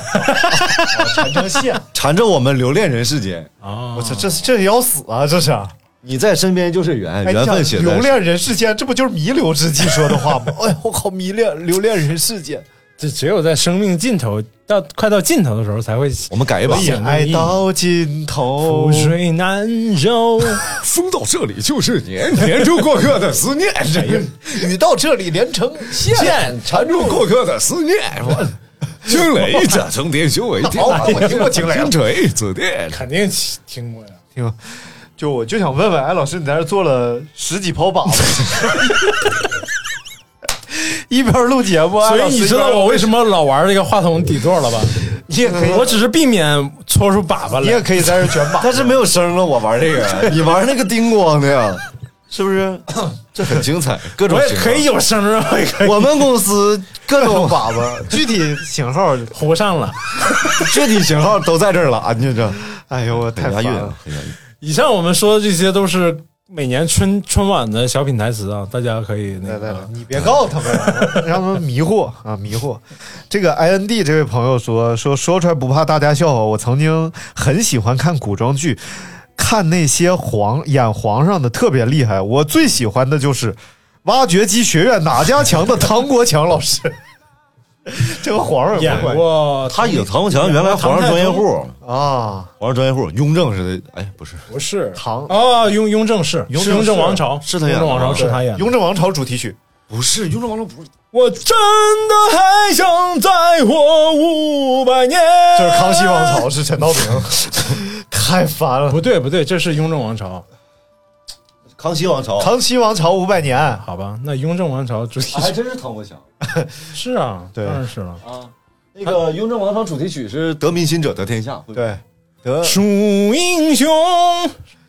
Speaker 2: 缠 成线。
Speaker 4: 缠着我们留恋人世间，
Speaker 3: 啊
Speaker 2: 我操，这这要死啊！这是
Speaker 4: 你在身边就是缘，
Speaker 2: 哎
Speaker 4: 缘分
Speaker 2: 你
Speaker 4: 写
Speaker 2: 想
Speaker 4: 在
Speaker 2: 留。恋人世间，这不就是弥留之际说 的话吗？哎呀，我靠，迷恋留恋人世间。
Speaker 3: 这只有在生命尽头到快到尽头的时候才会
Speaker 4: 我们改一把
Speaker 2: 所，以爱到尽头
Speaker 3: 覆，水难收。
Speaker 4: 风到这里就是年年住过客的思念，这个
Speaker 2: 雨到这里连成线。
Speaker 4: 剑缠住过客的思念。我惊雷这成天修为天，我听过惊雷，金锤紫电，
Speaker 3: 肯定听过呀。
Speaker 2: 听，就我就想问问，哎，老师，你在这做了十几泡粑粑， 一边录节目，哎
Speaker 3: 所以你知道我为什
Speaker 2: 么？
Speaker 3: 么老玩这个话筒底座了吧？
Speaker 2: 你也可以，
Speaker 3: 我只是避免搓出粑粑
Speaker 2: 你也
Speaker 3: 来。
Speaker 2: 可以在这卷粑，
Speaker 4: 但是没有声了。我玩这个，你玩那个叮咣的呀，
Speaker 2: 是不是？
Speaker 4: 这很精彩，各种
Speaker 3: 我也
Speaker 4: 型号
Speaker 3: 可以。有声啊，我也可以
Speaker 4: 我们公司各种粑粑，具体型 号、
Speaker 3: 糊上了。
Speaker 4: 具体型号都在这儿
Speaker 2: 啊
Speaker 4: 了，你这
Speaker 2: 哎呦，我太
Speaker 4: 很押
Speaker 2: 烦
Speaker 4: 韵
Speaker 2: 了。，
Speaker 4: 很押韵。
Speaker 3: 以上我们说的这些都是每年春春晚的小品台词啊，大家可以那
Speaker 2: 来来来
Speaker 3: 个，
Speaker 2: 你别告诉他们啊， 让他们迷惑啊，迷惑。这个 I N D 这位朋友说说说出来不怕大家笑话，我曾经很喜欢看古装剧，看那些皇演皇上的特别厉害，我最喜欢的就是挖掘机学院哪家强的唐国强老师。 这个皇上也
Speaker 3: 演
Speaker 2: 不管
Speaker 3: 过
Speaker 4: 他演唐国强原来皇上专业户，
Speaker 2: 啊，
Speaker 4: 皇上专业户，雍正是的，哎，不是，
Speaker 3: 不是
Speaker 2: 唐
Speaker 3: 啊，雍雍正是雍
Speaker 2: 雍正是
Speaker 3: 正王朝
Speaker 4: 是他演
Speaker 3: 雍
Speaker 4: 的
Speaker 3: 正王朝是他演的。
Speaker 2: 啊雍正王朝主题曲，
Speaker 4: 不是雍正王朝，不是
Speaker 3: 我真的还想再活五百年。
Speaker 2: 这是康熙王朝，是陈道明， 太烦了。
Speaker 3: 不对不对，这是雍正王朝，
Speaker 4: 康熙王朝，
Speaker 2: 康熙王朝五百年，
Speaker 3: 好吧？那雍正王朝主题曲
Speaker 4: 啊真是唐国强。
Speaker 3: 是啊，
Speaker 2: 哎对呃
Speaker 3: 当然是了。
Speaker 4: 那个雍正王朝主题曲是“得民心者得天下”，
Speaker 2: 对，得
Speaker 3: 数英雄，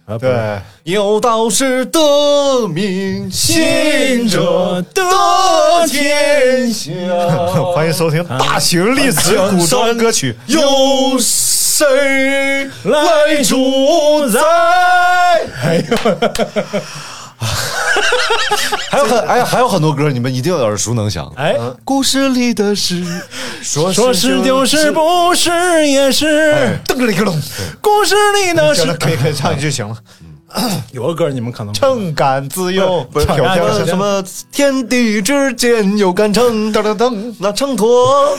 Speaker 3: 啊，不是
Speaker 2: 对。
Speaker 4: 有道是得民心者得天下，
Speaker 2: 欢迎收听大型历史古装歌曲。
Speaker 4: 有谁
Speaker 3: 来主宰。
Speaker 4: 还有很哎呀，还有很多歌，你们一定要耳熟能详。
Speaker 3: 哎，
Speaker 4: 故事里的 事，
Speaker 2: 说
Speaker 3: 说是就是，不是也
Speaker 4: 哎
Speaker 3: 是，
Speaker 2: 噔个里个隆，
Speaker 3: 故事里的
Speaker 2: 行
Speaker 3: 是
Speaker 2: 了，可以可以唱一句行了。
Speaker 3: 有个歌你们可能不
Speaker 2: 秤杆自用，
Speaker 4: 不是
Speaker 2: 挑
Speaker 4: 什
Speaker 3: 挑
Speaker 4: 么
Speaker 3: 挑
Speaker 4: 什么天地之间有杆秤，
Speaker 2: 噔噔噔，
Speaker 4: 那秤砣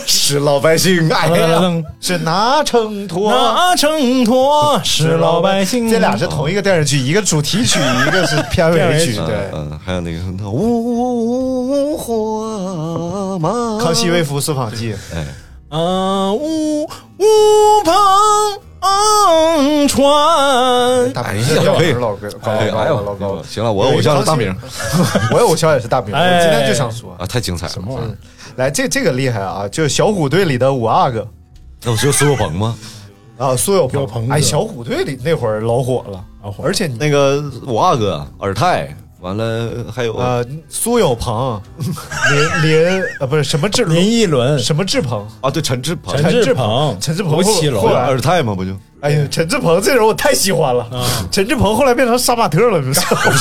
Speaker 4: 是老百姓哎呀，
Speaker 2: 是拿秤砣。
Speaker 3: 拿秤砣啊是老百姓，
Speaker 2: 这俩是同一个电视剧，一个主题曲，一个是片尾曲。对，
Speaker 4: 嗯，还有那个什么五花马，
Speaker 2: 《康熙微服私访记》
Speaker 3: 啊五五篷船，
Speaker 2: 大
Speaker 4: 哎
Speaker 2: 明
Speaker 4: 呀
Speaker 2: 这老
Speaker 4: 可以
Speaker 2: 歌老歌老
Speaker 4: 哎
Speaker 2: 高
Speaker 4: 哎
Speaker 2: 老
Speaker 4: 呦，
Speaker 2: 老高。
Speaker 4: 行了，我偶像是大明
Speaker 2: 我偶像也是大明，我
Speaker 3: 哎
Speaker 2: 今天就想说，
Speaker 4: 啊，太精彩了！
Speaker 2: 嗯，来这这个厉害啊，就是小虎队里的五阿哥
Speaker 4: 那不就苏有朋吗？
Speaker 2: 啊，苏有
Speaker 3: 有朋
Speaker 2: 朋。
Speaker 3: 哥
Speaker 2: 哎，小虎队里那会儿老火了，
Speaker 3: 老火
Speaker 2: 而且你
Speaker 4: 那个我二哥尔泰，完了还有
Speaker 2: 呃，苏有朋、林林呃，不是什么志
Speaker 3: 林依轮、
Speaker 2: 什么志朋，
Speaker 4: 啊，对陈志朋，
Speaker 3: 陈志
Speaker 2: 鹏
Speaker 3: 鹏、
Speaker 2: 陈志鹏
Speaker 3: 吴奇
Speaker 2: 后
Speaker 3: 隆
Speaker 2: 来，
Speaker 4: 尔泰嘛，不就
Speaker 2: 哎呀，陈志朋这人我太喜欢了。
Speaker 3: 啊
Speaker 2: 陈志朋后来变成杀马特了，你知道吗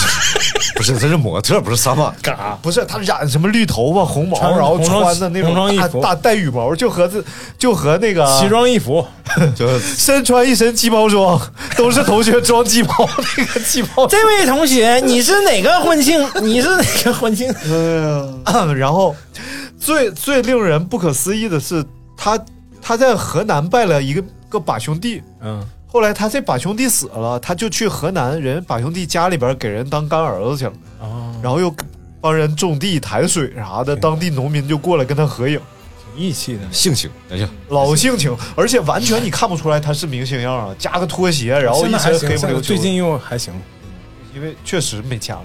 Speaker 4: 不是，这是模特，不是撒马。
Speaker 3: 嘎
Speaker 2: 不是他染什么绿头发、红毛，
Speaker 3: 穿
Speaker 2: 然后
Speaker 3: 红装
Speaker 2: 穿的那种
Speaker 3: 红装衣
Speaker 2: 大
Speaker 3: 服
Speaker 2: 大带羽毛，就和这就和那个
Speaker 3: 奇装异服，
Speaker 4: 就是
Speaker 2: 身穿一身鸡毛装，都是同学装鸡毛那个鸡 毛。
Speaker 3: 这位同学，你是哪个婚庆？你是哪个婚庆？
Speaker 2: 然后最最令人不可思议的是，他他在河南拜了一个个把兄弟。
Speaker 3: 嗯，
Speaker 2: 后来他这把兄弟死了，他就去河南人把兄弟家里边给人当干儿子去了，
Speaker 3: 哦，
Speaker 2: 然后又帮人种地、抬水啥的，当地农民就过来跟他合影，
Speaker 3: 挺义气的，
Speaker 4: 性情。哎呀，
Speaker 2: 老性情，而且完全你看不出来他是明星样啊，加个拖鞋，然后
Speaker 3: 现
Speaker 2: 一
Speaker 3: 在还
Speaker 2: 身
Speaker 3: 行
Speaker 2: 黑不
Speaker 3: 现
Speaker 2: 溜
Speaker 3: 在
Speaker 2: 秋
Speaker 3: 最
Speaker 2: 的，
Speaker 3: 近又还行，
Speaker 2: 因为确实没钱了。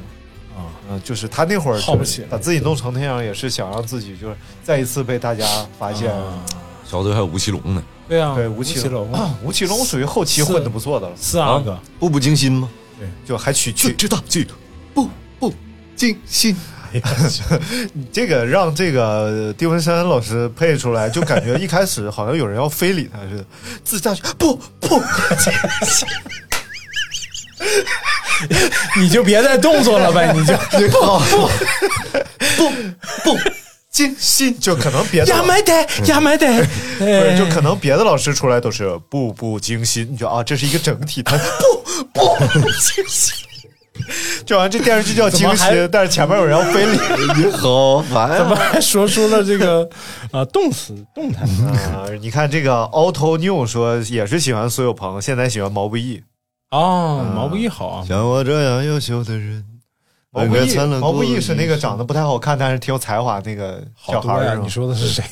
Speaker 3: 啊
Speaker 2: 嗯，就是他那会儿
Speaker 3: 耗不起
Speaker 2: 把自己弄成那样，也是想让自己就是再一次被大家发现。
Speaker 3: 啊
Speaker 4: 小队还有吴奇隆呢，
Speaker 3: 对啊，
Speaker 2: 对，
Speaker 3: 吴
Speaker 2: 吴奇
Speaker 3: 隆，啊
Speaker 2: 啊吴奇隆属于后期
Speaker 3: 是
Speaker 2: 混的不错的了，
Speaker 3: 四阿哥，
Speaker 4: 步步惊心吗？
Speaker 2: 就还取
Speaker 4: 就
Speaker 2: 取
Speaker 4: 知道去步步惊心。
Speaker 2: 哎 这个让这个丁文山老师配出来，就感觉一开始好像有人要非礼他似的，自下去不不，
Speaker 3: 你就别再动作了 呗，你就
Speaker 2: 不惊心，就可能别的
Speaker 3: 呀
Speaker 2: 老
Speaker 3: 买得呀买得，
Speaker 2: 不是，就
Speaker 3: 哎
Speaker 2: 可能别的老师出来都是步步惊心，你觉得啊，这是一个整体，他 不不惊心。 就好像这电视剧叫《
Speaker 3: 怎
Speaker 2: 惊
Speaker 3: 么
Speaker 2: 心
Speaker 3: 还》，
Speaker 2: 但是前面有人要非礼
Speaker 4: 你好烦
Speaker 3: 怎么
Speaker 4: 啊！
Speaker 3: 还 说出了这个啊动词动态？
Speaker 2: 啊！你看这个 Auto New 说也是喜欢苏有朋，现在喜欢毛不易，
Speaker 3: 哦，毛不易好啊，
Speaker 4: 像我这样优秀的人，
Speaker 2: 毛不
Speaker 4: 本该
Speaker 2: 易
Speaker 4: 灿烂
Speaker 2: 毛不
Speaker 4: 过
Speaker 2: 易
Speaker 4: 的
Speaker 2: 是那个长得不太好看，但是挺有才华那个小
Speaker 3: 好
Speaker 2: 孩
Speaker 3: 多
Speaker 2: 儿
Speaker 3: 呀
Speaker 4: 啊
Speaker 2: 是，吗
Speaker 3: 你说的是 谁？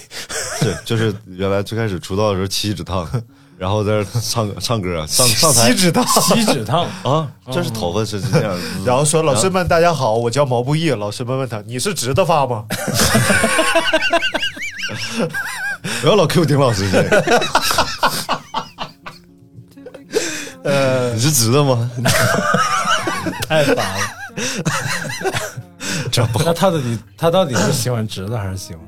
Speaker 4: 对，就是原来最开始出道的时候七指烫，然后在那儿唱歌唱歌啊，上上台
Speaker 2: 锡纸烫。
Speaker 3: 锡纸烫，
Speaker 4: 啊，这是头发是是这样，
Speaker 2: 然后说：“老师们，大家好，我叫毛不易。”老师们问他：“你是直的发吗
Speaker 4: 不要老 Q 丁老师这个。呃，你是直的吗？
Speaker 3: 太烦了。
Speaker 2: 这不
Speaker 3: 那他到底他到底是喜欢直的还是喜欢？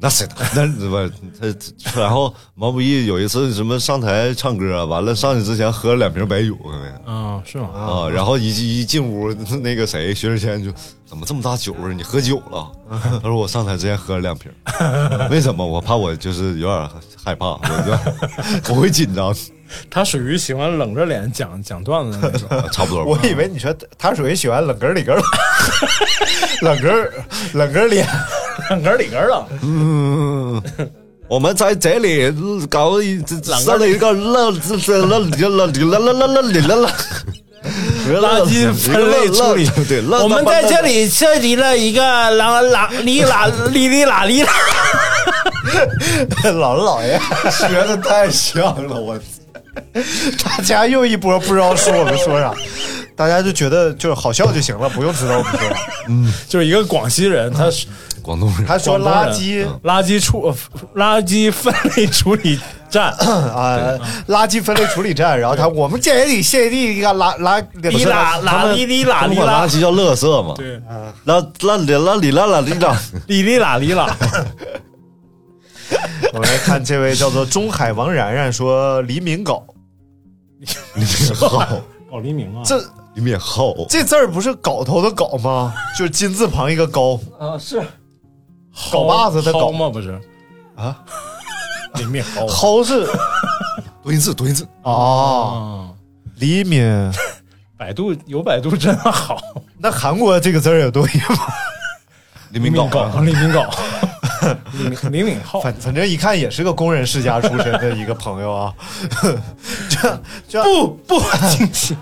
Speaker 4: 那谁那不他，然后毛不易有一次什么上台唱歌，啊完了上去之前喝了两瓶白酒，哎
Speaker 3: 啊，是吗？
Speaker 4: 啊，然后一一进屋，那个谁薛之谦就怎么这么大酒味儿？你喝酒了？他说我上台之前喝了两瓶，为什么？我怕我就是有点害怕，我就我会紧张，
Speaker 3: 他属于喜欢冷着脸讲讲段子的那 种。
Speaker 4: 差不多吧。
Speaker 2: 我以为你说他属于喜欢冷根儿里根儿，冷根儿冷根儿脸，
Speaker 3: 冷根里根冷，
Speaker 4: 我们在这里搞一上了一个乐这这乐乐乐乐乐乐乐乐乐。
Speaker 3: 垃圾分类处理。
Speaker 4: 对，
Speaker 3: 我们在这里设计了一个啦啦哩啦哩哩啦哩啦，
Speaker 2: 老子姥爷学的太像了，我。大家又一波不知道说我们说啥，大家就觉得就是好笑就行了，不用知道我们说啥。
Speaker 3: 就是一个广西人，他是
Speaker 4: 广东人，
Speaker 2: 他说垃圾
Speaker 3: 垃圾处垃圾分类处理站，
Speaker 2: 啊、垃圾分类处理站，然后他我们建议你现地一个垃垃
Speaker 3: 哩啦啦哩哩啦
Speaker 4: 他
Speaker 3: 哩
Speaker 4: 们管垃
Speaker 3: 啦，
Speaker 4: 圾叫垃圾嘛？
Speaker 3: 对，
Speaker 4: 垃垃里垃里垃里垃。
Speaker 3: 哩哩啦哩啦，
Speaker 2: 我们来看这位叫做中海王然然说黎明搞，
Speaker 4: 好，
Speaker 3: 搞黎明啊，
Speaker 2: 这
Speaker 4: 你们也好，
Speaker 2: 这字儿不是镐头的镐吗？就是金字旁一个高，
Speaker 3: 啊是
Speaker 2: 镐把子的
Speaker 3: 薅
Speaker 2: 镐，
Speaker 3: 吗？不是
Speaker 2: 啊，
Speaker 3: 里面薅
Speaker 2: 薅是
Speaker 4: 蹲一次蹲一次。
Speaker 2: 哦，
Speaker 3: 啊，
Speaker 2: 黎明。
Speaker 3: 百度有百度真好，
Speaker 2: 那韩国这个字儿有多音吗？
Speaker 4: 李
Speaker 3: 黎
Speaker 4: 明
Speaker 3: 明
Speaker 4: 搞
Speaker 3: 搞黎明搞，李明李敏镐
Speaker 2: 反反正一看也是个工人世家出身的一个朋友啊， 这这
Speaker 3: 不不惊喜，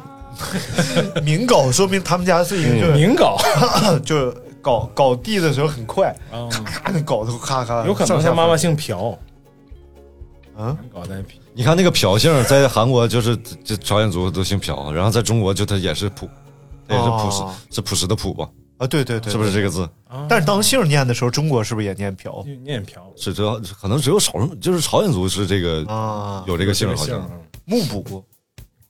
Speaker 2: 明镐说明他们家是一个就是
Speaker 3: 明搞。
Speaker 2: 就是搞搞地的时候很快，
Speaker 3: 啊，
Speaker 2: 咔搞头咔咔，
Speaker 3: 有可能
Speaker 2: 啊上下
Speaker 3: 他妈妈
Speaker 2: 翻
Speaker 3: 姓朴，
Speaker 2: 啊，
Speaker 3: 搞单皮，
Speaker 4: 你看那个朴姓，在韩国就是这朝鲜族都姓朴，然后在中国就他也是朴，也是朴实
Speaker 2: 哦，
Speaker 4: 是朴实的朴吧？
Speaker 2: 啊，对对对，
Speaker 4: 是不是
Speaker 2: 对？
Speaker 4: 这个字？
Speaker 2: 但是当姓念的时候，中国是不是也念朴
Speaker 3: 你念朴
Speaker 4: 是只有可能只有少数，就是朝鲜族是这个
Speaker 2: 啊？
Speaker 4: 有这个
Speaker 3: 这
Speaker 4: 姓
Speaker 3: 个
Speaker 4: 好
Speaker 3: 姓
Speaker 4: 像
Speaker 3: 儿，
Speaker 2: 木卜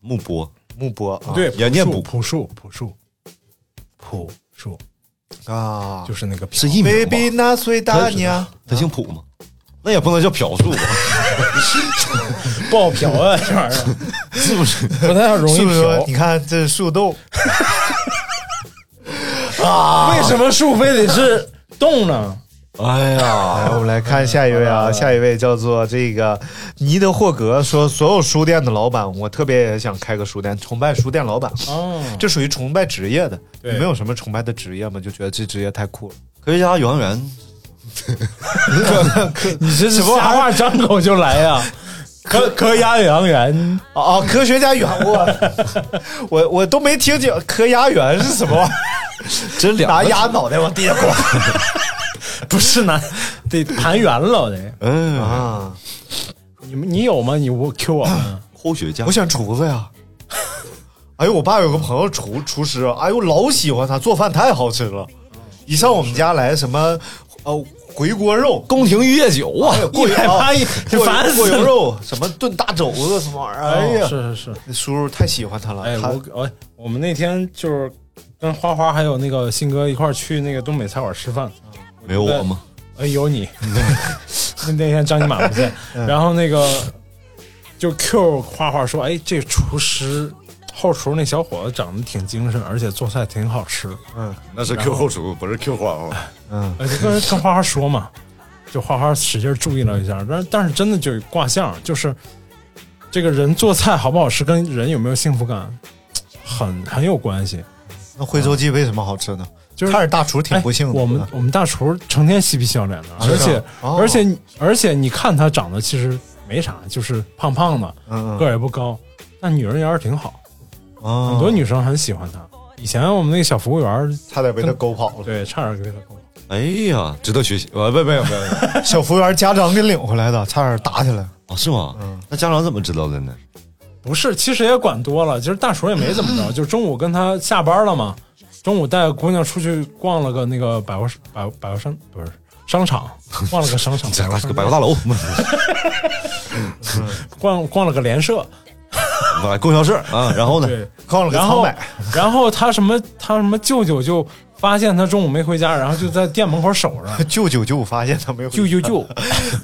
Speaker 4: 木波
Speaker 2: 木卜啊
Speaker 3: 对，
Speaker 4: 也念朴
Speaker 3: 朴树，朴树，朴树
Speaker 2: 啊，
Speaker 3: 就是那个朴
Speaker 4: 是艺名
Speaker 2: baby
Speaker 4: 吧？
Speaker 2: 那岁大娘，
Speaker 4: 他啊姓朴吗？那也不能叫朴树吧？
Speaker 3: 爆朴啊，这玩意儿
Speaker 4: 是不是？
Speaker 3: 不太容易
Speaker 2: 是不是？
Speaker 3: 朴
Speaker 2: 你。看这树洞，
Speaker 3: 为什么树非得是动呢？
Speaker 4: 哎呀，
Speaker 2: 来，我们来看下一位啊，下一位叫做这个尼德霍格说，所有书店的老板，我特别想开个书店，崇拜书店老板，
Speaker 3: 哦，
Speaker 2: 这属于崇拜职业的。你
Speaker 3: 对
Speaker 2: 们有什么崇拜的职业吗？就觉得这职业太酷了。
Speaker 4: 科学家宇航员
Speaker 3: 你这是瞎话张口就来呀、科科鸭宇航员，
Speaker 2: 哦哦，科学家远我 我我都没听清科牙猿是什么玩意儿，
Speaker 4: 这两
Speaker 2: 拿
Speaker 4: 个
Speaker 2: 鸭脑袋往地下刮。
Speaker 3: 不是男，得盘圆了得。
Speaker 4: 嗯，
Speaker 2: 啊，
Speaker 3: 你们你有吗？你我 Q 我们
Speaker 4: 科学家
Speaker 2: 我想厨子呀。 哎呦，我爸有个朋友厨厨师，哎呦老喜欢他做饭，太好吃了。一上我们家来什么呃回锅肉、哎
Speaker 4: 宫廷御宴酒啊，
Speaker 2: 过油
Speaker 3: 一百八一
Speaker 2: 过
Speaker 3: 烦
Speaker 2: 油
Speaker 3: 死
Speaker 2: 过油
Speaker 3: 了
Speaker 2: 肉，什么炖大肘子什么玩意儿？哎呀，
Speaker 3: 哦是是是，
Speaker 2: 那叔叔太喜欢他了。
Speaker 3: 哎，
Speaker 2: 他
Speaker 3: 我我我们那天就是跟花花还有那个新哥一块儿去那个东北菜馆吃饭，
Speaker 4: 没有我吗？
Speaker 3: 哎，有你，那天张尼玛不在，然后那个就 Q 花花说，哎，这厨师后厨那小伙子长得挺精神，而且做菜挺好吃，
Speaker 4: 那是 Q 后厨，不是 Q 花花。
Speaker 3: 呃，就跟跟花花说嘛，就花花使劲注意了一下，但是但是真的就卦象，就是这个人做菜好不好吃，跟人有没有幸福感很很有关系。
Speaker 2: 那徽州鸡为什么好吃呢？
Speaker 3: 就是
Speaker 2: 看着大厨挺不幸
Speaker 3: 哎
Speaker 2: 的。啊
Speaker 3: 我们我们大厨成天嬉皮笑脸的，而且、
Speaker 2: 哦
Speaker 3: 而且而且你看他长得其实没啥，就是胖胖的，
Speaker 2: 嗯
Speaker 3: 个儿也不高，但女人缘儿挺好，
Speaker 2: 嗯，
Speaker 3: 很多女生很喜欢他。以前我们那个小服务员儿，
Speaker 2: 差点被他勾跑了。
Speaker 3: 对，差点给他勾。
Speaker 4: 哎呀，值得学习。啊，不，没有没有，没有
Speaker 2: 小服务员家长给领回来的，差点打起来。
Speaker 4: 哦，是吗？那家长怎么知道的呢？
Speaker 3: 不是，其实也管多了，其实大厨也没怎么着，就中午跟他下班了嘛，中午带姑娘出去逛了个那个百货百百货商不是商场，逛了个商 场，
Speaker 4: 这百货大 楼，
Speaker 3: 逛逛了个联社，
Speaker 4: 买供销社啊。然后呢？
Speaker 3: 对。
Speaker 2: 逛了 个
Speaker 3: 然
Speaker 2: 仓
Speaker 3: 后
Speaker 2: 买，
Speaker 3: 然后他什么他什么舅舅就发现他中午没回家，然后就在店门口守着，
Speaker 2: 舅舅舅发现他没有
Speaker 3: 救救救，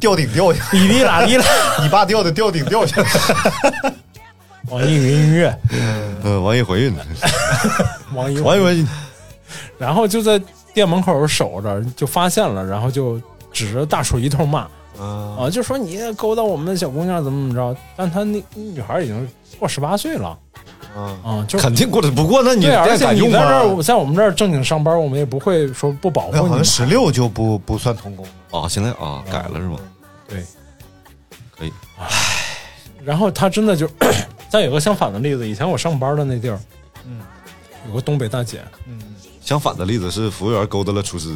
Speaker 2: 吊顶掉下，
Speaker 3: 滴滴啦滴啦，
Speaker 2: 你爸掉的吊顶掉下来。
Speaker 3: 网易云音乐，
Speaker 4: 嗯，王一怀 孕了，
Speaker 3: 网易云
Speaker 4: 王一怀孕，
Speaker 3: 然后就在店门口守着，就发现了，然后就指着大锤一通骂
Speaker 2: 啊，
Speaker 3: 啊，就说你勾搭我们的小姑娘怎么怎么着，但他那那女孩已经过十八岁了
Speaker 2: 啊
Speaker 3: 啊，就 是
Speaker 4: 肯定过得不过，那你
Speaker 3: 对，而
Speaker 4: 电
Speaker 3: 且
Speaker 4: 敢
Speaker 3: 你
Speaker 4: 用啊
Speaker 3: 在这
Speaker 4: 吗
Speaker 3: 儿？在我们这儿正经上班，我们也不会说不保护
Speaker 2: 那
Speaker 3: 你嘛
Speaker 2: 好像。十六就不不算童工 了
Speaker 4: 啊，现在啊，改了是吗？
Speaker 3: 对，
Speaker 4: 可以。
Speaker 3: 然后他真的就， 再有个相反的例子，以前我上班的那地儿，
Speaker 2: 嗯，
Speaker 3: 有个东北大姐，
Speaker 2: 嗯，
Speaker 4: 相反的例子是服务员勾搭了厨 师，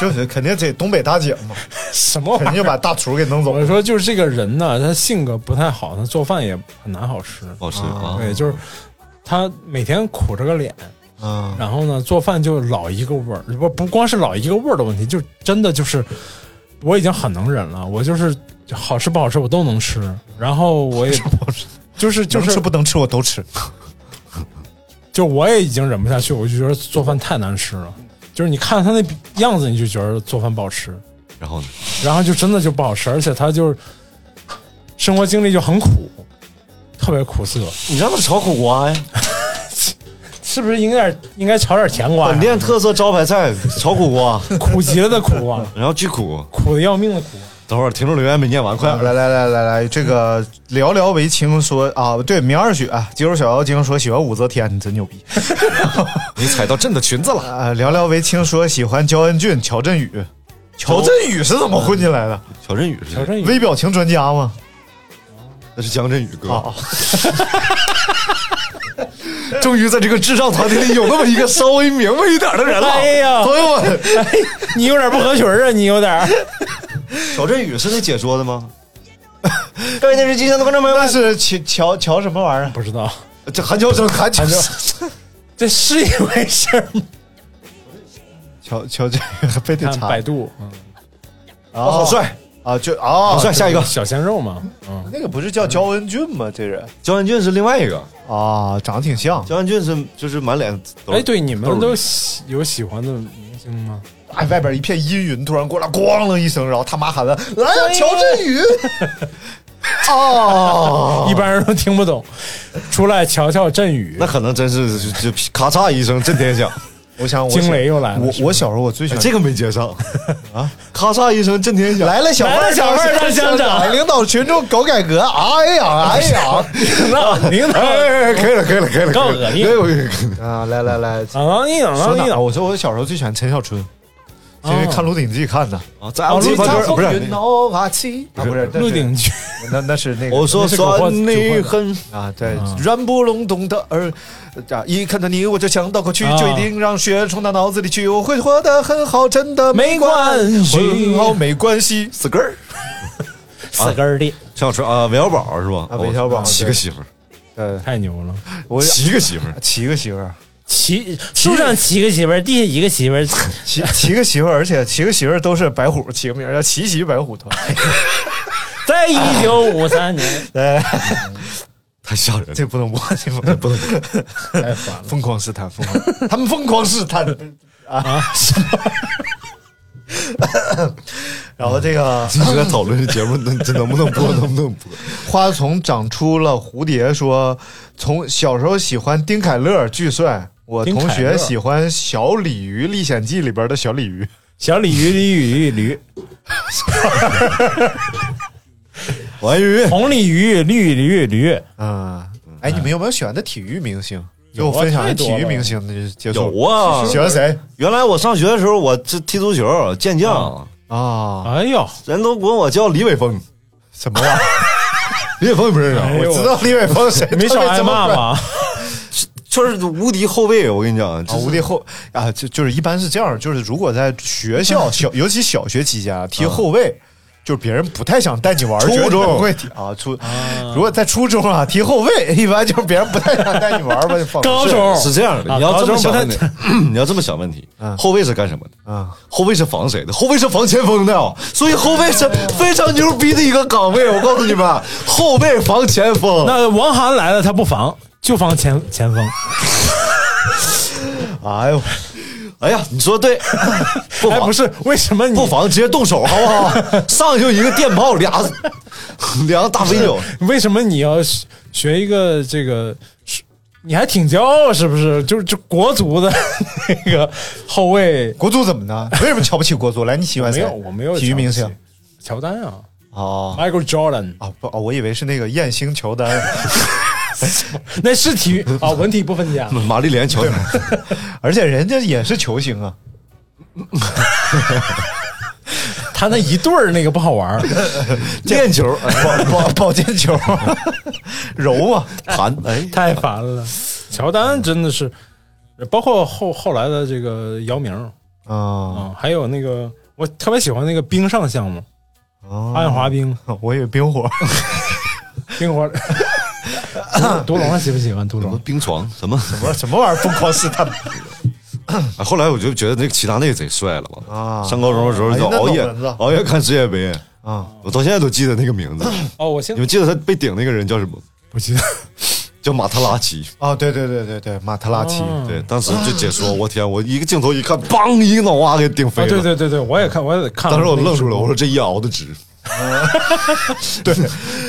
Speaker 2: 就是肯定得东北大姐 嘛，
Speaker 3: 什么
Speaker 2: 肯
Speaker 3: 玩
Speaker 2: 定
Speaker 3: 意
Speaker 2: 就
Speaker 3: 儿？
Speaker 2: 把大厨给弄走
Speaker 3: 我。说就是这个人呢，他性格不太好，他做饭也很难好吃。
Speaker 2: 哦
Speaker 4: 好吃啊，
Speaker 3: 对，就是他每天苦着个脸，
Speaker 2: 啊
Speaker 3: 然后呢做饭就老一个味儿，不不光是老一个味儿的问题，就真的就是我已经很能忍了，我就是好吃不好吃我都能吃，然后我也就是就
Speaker 2: 能
Speaker 3: 是
Speaker 2: 吃不能吃我都吃。
Speaker 3: 就我也已经忍不下去，我就觉得做饭太难吃了。就是你看他那样子，你就觉得做饭不好吃，
Speaker 4: 然后呢，
Speaker 3: 然后就真的就不好吃，而且他就是生活经历就很苦，特别苦 涩。
Speaker 4: 你让他炒苦瓜呀，
Speaker 3: 是不是应该应该炒点甜瓜
Speaker 4: 本
Speaker 3: 呀？
Speaker 4: 店特色招牌
Speaker 2: 哎
Speaker 4: 菜炒啊苦瓜，
Speaker 3: 苦极了的苦 啊，
Speaker 4: 然后巨苦。
Speaker 3: 苦的要命的苦。
Speaker 4: 等会儿听众留言没念完，快点 来。
Speaker 2: 啊来来来来来，这个聊聊为情说啊，对明二雪，肌肉小妖精说喜欢武则天，你真牛逼
Speaker 4: 你踩到朕的裙子了。
Speaker 2: 啊！聊聊为情说喜欢焦恩俊、乔振宇，乔振宇是怎么混进来的？
Speaker 4: 乔振宇是
Speaker 3: 乔
Speaker 4: 谁，
Speaker 3: 振宇
Speaker 2: 微表情专家吗？
Speaker 4: 那是江振宇哥。
Speaker 2: 啊，
Speaker 4: 终于在这个智障团体里有那么一个稍微明白一点的人了。
Speaker 3: 哎呀
Speaker 4: 朋友们，
Speaker 3: 你有点不合群啊，你有点。
Speaker 4: 乔振宇是那解说的 吗？各位电视机前的观众朋友
Speaker 2: 那是乔乔乔什么玩意儿？
Speaker 3: 不知道，
Speaker 4: 们，这韩乔生，韩乔
Speaker 3: 反正这是一回事儿吗。
Speaker 2: 乔乔振宇非得
Speaker 3: 看 哦
Speaker 2: 查
Speaker 3: 百度，
Speaker 2: 啊，
Speaker 4: 哦好帅，
Speaker 2: 啊！就啊，
Speaker 4: 好帅。下一个，
Speaker 3: 小鲜肉嘛，嗯，
Speaker 2: 那个不是叫焦恩俊吗？这人
Speaker 4: 焦恩俊是另外一个，
Speaker 2: 啊，长得挺像。
Speaker 4: 焦恩俊是就是满脸都是。
Speaker 3: 哎，对，你们
Speaker 4: 都
Speaker 3: 都
Speaker 4: 是
Speaker 3: 喜有喜欢的明星吗？
Speaker 2: 哎，外边一片阴云，突然过来，咣啷一声，然后他妈喊了：“来
Speaker 4: 啊
Speaker 2: 哎呀，乔振宇！”哦，
Speaker 3: 一般人都听不懂。出来瞧瞧振宇
Speaker 4: 那，可能真是就就咔嚓一声震天响，
Speaker 2: 我想我
Speaker 3: 惊雷又来了
Speaker 2: 我
Speaker 3: 是吧
Speaker 2: 我小时候我最喜欢
Speaker 4: 这个没接 上啊，咔嚓一声震天响，
Speaker 2: 来了小妹
Speaker 3: 来
Speaker 2: 儿
Speaker 3: 了小妹儿当乡长
Speaker 2: 领导群众搞改革。哎呀哎呀
Speaker 3: 那领导
Speaker 4: 哎， 可以了，可以了，可以了，
Speaker 3: 告
Speaker 4: 可以
Speaker 3: 恶
Speaker 4: 了
Speaker 3: 心
Speaker 4: 哎我跟你说
Speaker 2: 啊！来来来，
Speaker 3: 啊，一等
Speaker 2: 说
Speaker 3: 啊，
Speaker 2: 哪
Speaker 3: 一
Speaker 2: 儿？
Speaker 3: 等，
Speaker 2: 我说我小时候最喜欢陈小春，是
Speaker 3: 哦
Speaker 2: 因为看《鹿鼎记》看的。
Speaker 4: 啊，在 M G
Speaker 3: 陆
Speaker 4: 旁
Speaker 3: 家
Speaker 4: 边不
Speaker 2: 云
Speaker 4: 是，
Speaker 2: 头发妻啊，不是
Speaker 3: 鹿鼎记，
Speaker 2: 那那是那个
Speaker 4: 我说
Speaker 3: 那是个
Speaker 4: 算
Speaker 3: 花
Speaker 4: 你
Speaker 3: 酒花
Speaker 4: 狠，
Speaker 2: 啊，对，软不隆咚的耳，啊，一看到你我就想到过去，
Speaker 3: 啊
Speaker 2: 就一定让血冲到脑子里去，我会活得很好，真的
Speaker 3: 没关系
Speaker 2: 很好没关系。
Speaker 4: 死根儿。
Speaker 3: 死根儿的，
Speaker 4: 陈小春啊，韦小宝是吧？
Speaker 2: 啊韦小宝
Speaker 4: 哦七个媳妇儿，
Speaker 2: 呃，
Speaker 3: 太牛了！
Speaker 2: 我
Speaker 4: 七个媳妇儿，
Speaker 2: 七个媳妇儿，
Speaker 3: 骑树上骑个媳妇儿，地下一个媳妇儿，
Speaker 2: 七七个媳妇儿，而且七个媳妇儿都是白虎起个名儿叫奇袭白虎团。
Speaker 3: 在一九五三年，
Speaker 2: 哎，
Speaker 4: 太吓人了。
Speaker 2: 这不能播，这 不能播，太烦 了！疯狂试探，疯狂，他们疯狂 试探啊！什么？ 然后这个
Speaker 4: 一直在讨论这节目能这能不能播，能不能播？
Speaker 2: 花丛长出了蝴蝶说，从小时候喜欢丁凯乐，巨帅。我
Speaker 3: 丁
Speaker 2: 同
Speaker 3: 凯
Speaker 2: 学
Speaker 3: 乐
Speaker 2: 喜欢《小鲤鱼历险记》里边的小鲤鱼，
Speaker 3: 小鲤鱼鲤鱼驴，
Speaker 4: 王一云，
Speaker 3: 红鲤鱼绿鲤鱼，
Speaker 2: 啊、哎，你们有没有喜欢的体育明星？给
Speaker 3: 啊
Speaker 2: 我分享一
Speaker 3: 太
Speaker 2: 体
Speaker 3: 多
Speaker 2: 育
Speaker 3: 了
Speaker 2: 明星的接触。
Speaker 4: 有啊。
Speaker 2: 喜欢谁
Speaker 4: 原来我上学的时候，我这踢足球，健将，
Speaker 2: 啊？
Speaker 3: 哎呦，
Speaker 4: 人都管我叫李伟峰。
Speaker 2: 什么玩 意儿？
Speaker 4: 李伟峰也不认识
Speaker 3: 哎
Speaker 4: 啊，
Speaker 3: 呦
Speaker 2: 我知道李伟峰谁，
Speaker 3: 没少
Speaker 2: 他被
Speaker 3: 挨
Speaker 2: 这么
Speaker 3: 骂
Speaker 2: 管？
Speaker 3: 吧？
Speaker 4: 就是无敌后卫。我跟你讲，
Speaker 2: 啊，无敌后啊，就就是一般是这样，就是如果在学校
Speaker 3: 嗯
Speaker 2: 小，尤其小学期间啊，踢后卫，就是别人不太想带你玩儿，
Speaker 4: 初
Speaker 2: 觉得你
Speaker 4: 中
Speaker 2: 不会踢啊，初如果在初中啊踢 后卫，一般就是别人不太想带你玩儿吧，就放
Speaker 3: 高
Speaker 4: 是
Speaker 3: 中
Speaker 4: 是这样的，
Speaker 3: 啊
Speaker 4: 你要这么
Speaker 3: 高中
Speaker 4: 想
Speaker 3: 不太
Speaker 4: 问题，你要这么想问题，后卫是干什么的？
Speaker 2: 啊，
Speaker 4: 后卫是防谁的？后卫是防前锋的哦，所以后卫是非常牛逼的一个岗位。我告诉你们，后卫防前锋。
Speaker 3: 那王涵来了，他不防，就防前前锋。
Speaker 2: 哎呦，
Speaker 4: 哎呀，你说对，不
Speaker 3: 哎，
Speaker 4: 妨
Speaker 3: 不是，为什么你
Speaker 4: 不妨直接动手好不
Speaker 2: 哎
Speaker 4: 好？上去就一个电炮，俩两个大飞酒，
Speaker 3: 为什么你要学学一个这个？是你还挺骄傲是不是？就是就国足的 那个后卫，
Speaker 2: 国足怎么的？为什么瞧不起国足？来，你喜欢
Speaker 3: 没
Speaker 2: 谁？
Speaker 3: 有，我没有
Speaker 2: 体育明星
Speaker 3: 瞧不起，乔丹啊
Speaker 2: 哦
Speaker 3: ，Michael Jordan，
Speaker 2: 啊不哦，我以为是那个艳星乔丹。
Speaker 3: 那是体育啊，文体不分 家。
Speaker 4: 玛丽莲乔丹，
Speaker 2: 而且人家也是球星啊，
Speaker 3: 他那一对儿那个不好玩儿，
Speaker 4: 练 球
Speaker 2: 保保保健球，柔嘛，
Speaker 4: 弹，哎，
Speaker 3: 太烦了。乔丹真的是，包括后后来的这个姚明
Speaker 2: 啊、
Speaker 3: 啊，还有那个我特别喜欢那个冰上项目，
Speaker 2: 哦，
Speaker 3: 鞍滑冰、
Speaker 2: 我以为冰火，
Speaker 3: 冰滑。 独独龙啊喜不喜欢独
Speaker 4: 什么
Speaker 3: 龙？
Speaker 4: 冰床，什么什么。
Speaker 2: 我什么 玩意儿疯狂试探
Speaker 4: 啊后来我就觉得那个齐达内贼帅了，我
Speaker 2: 啊
Speaker 4: 上高中的时候就
Speaker 2: 哎那
Speaker 4: 熬夜
Speaker 2: 懂文字
Speaker 4: 熬夜看世界杯，
Speaker 2: 啊？
Speaker 4: 我到现在都记得那个名字。
Speaker 3: 哦，我现
Speaker 4: 你们记得他被顶那个人叫什么？
Speaker 3: 不记得。
Speaker 4: 叫马特拉齐。
Speaker 2: 哦，对对对对对，马特拉齐，
Speaker 4: 对，当时就解说，我天，我一个镜头一看，梆，一个脑瓜给顶飞
Speaker 3: 啊，
Speaker 4: 了。嗯
Speaker 3: 对啊对对对，我也看，我也看。
Speaker 4: 当时我愣住了，我说这一熬的值。 对，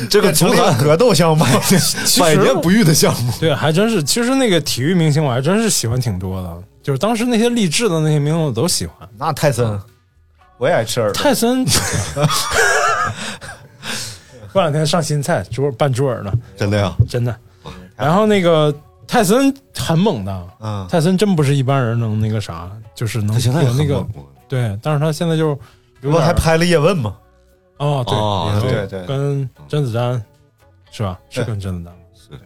Speaker 4: 这个
Speaker 2: 变成
Speaker 4: 足
Speaker 2: 了一
Speaker 4: 坛
Speaker 2: 个格斗项目，
Speaker 4: 百年不遇的项目。
Speaker 3: 对，还真是。其实那个体育明星，我还真是喜欢挺多的。就是当时那些励志的那些明星，我都喜欢。
Speaker 2: 那泰森，我也爱吃耳朵，
Speaker 3: 泰森，过两天上新菜，猪拌猪耳呢，
Speaker 4: 真的呀？
Speaker 3: 真的。
Speaker 4: 嗯
Speaker 3: 然后那个泰森很猛的，
Speaker 2: 嗯，
Speaker 3: 泰森真不是一般人能那个啥，就是能
Speaker 4: 也
Speaker 3: 有那
Speaker 4: 很
Speaker 3: 个
Speaker 4: 猛
Speaker 3: 对，但是他现在就是有
Speaker 2: 不过
Speaker 3: 点
Speaker 2: 还拍了叶问嘛？
Speaker 3: 哦，对，
Speaker 4: 哦
Speaker 3: 然后
Speaker 2: 对对
Speaker 3: 跟甄子丹是吧？是
Speaker 2: 对
Speaker 3: 跟甄子丹吗
Speaker 4: 是
Speaker 3: 对，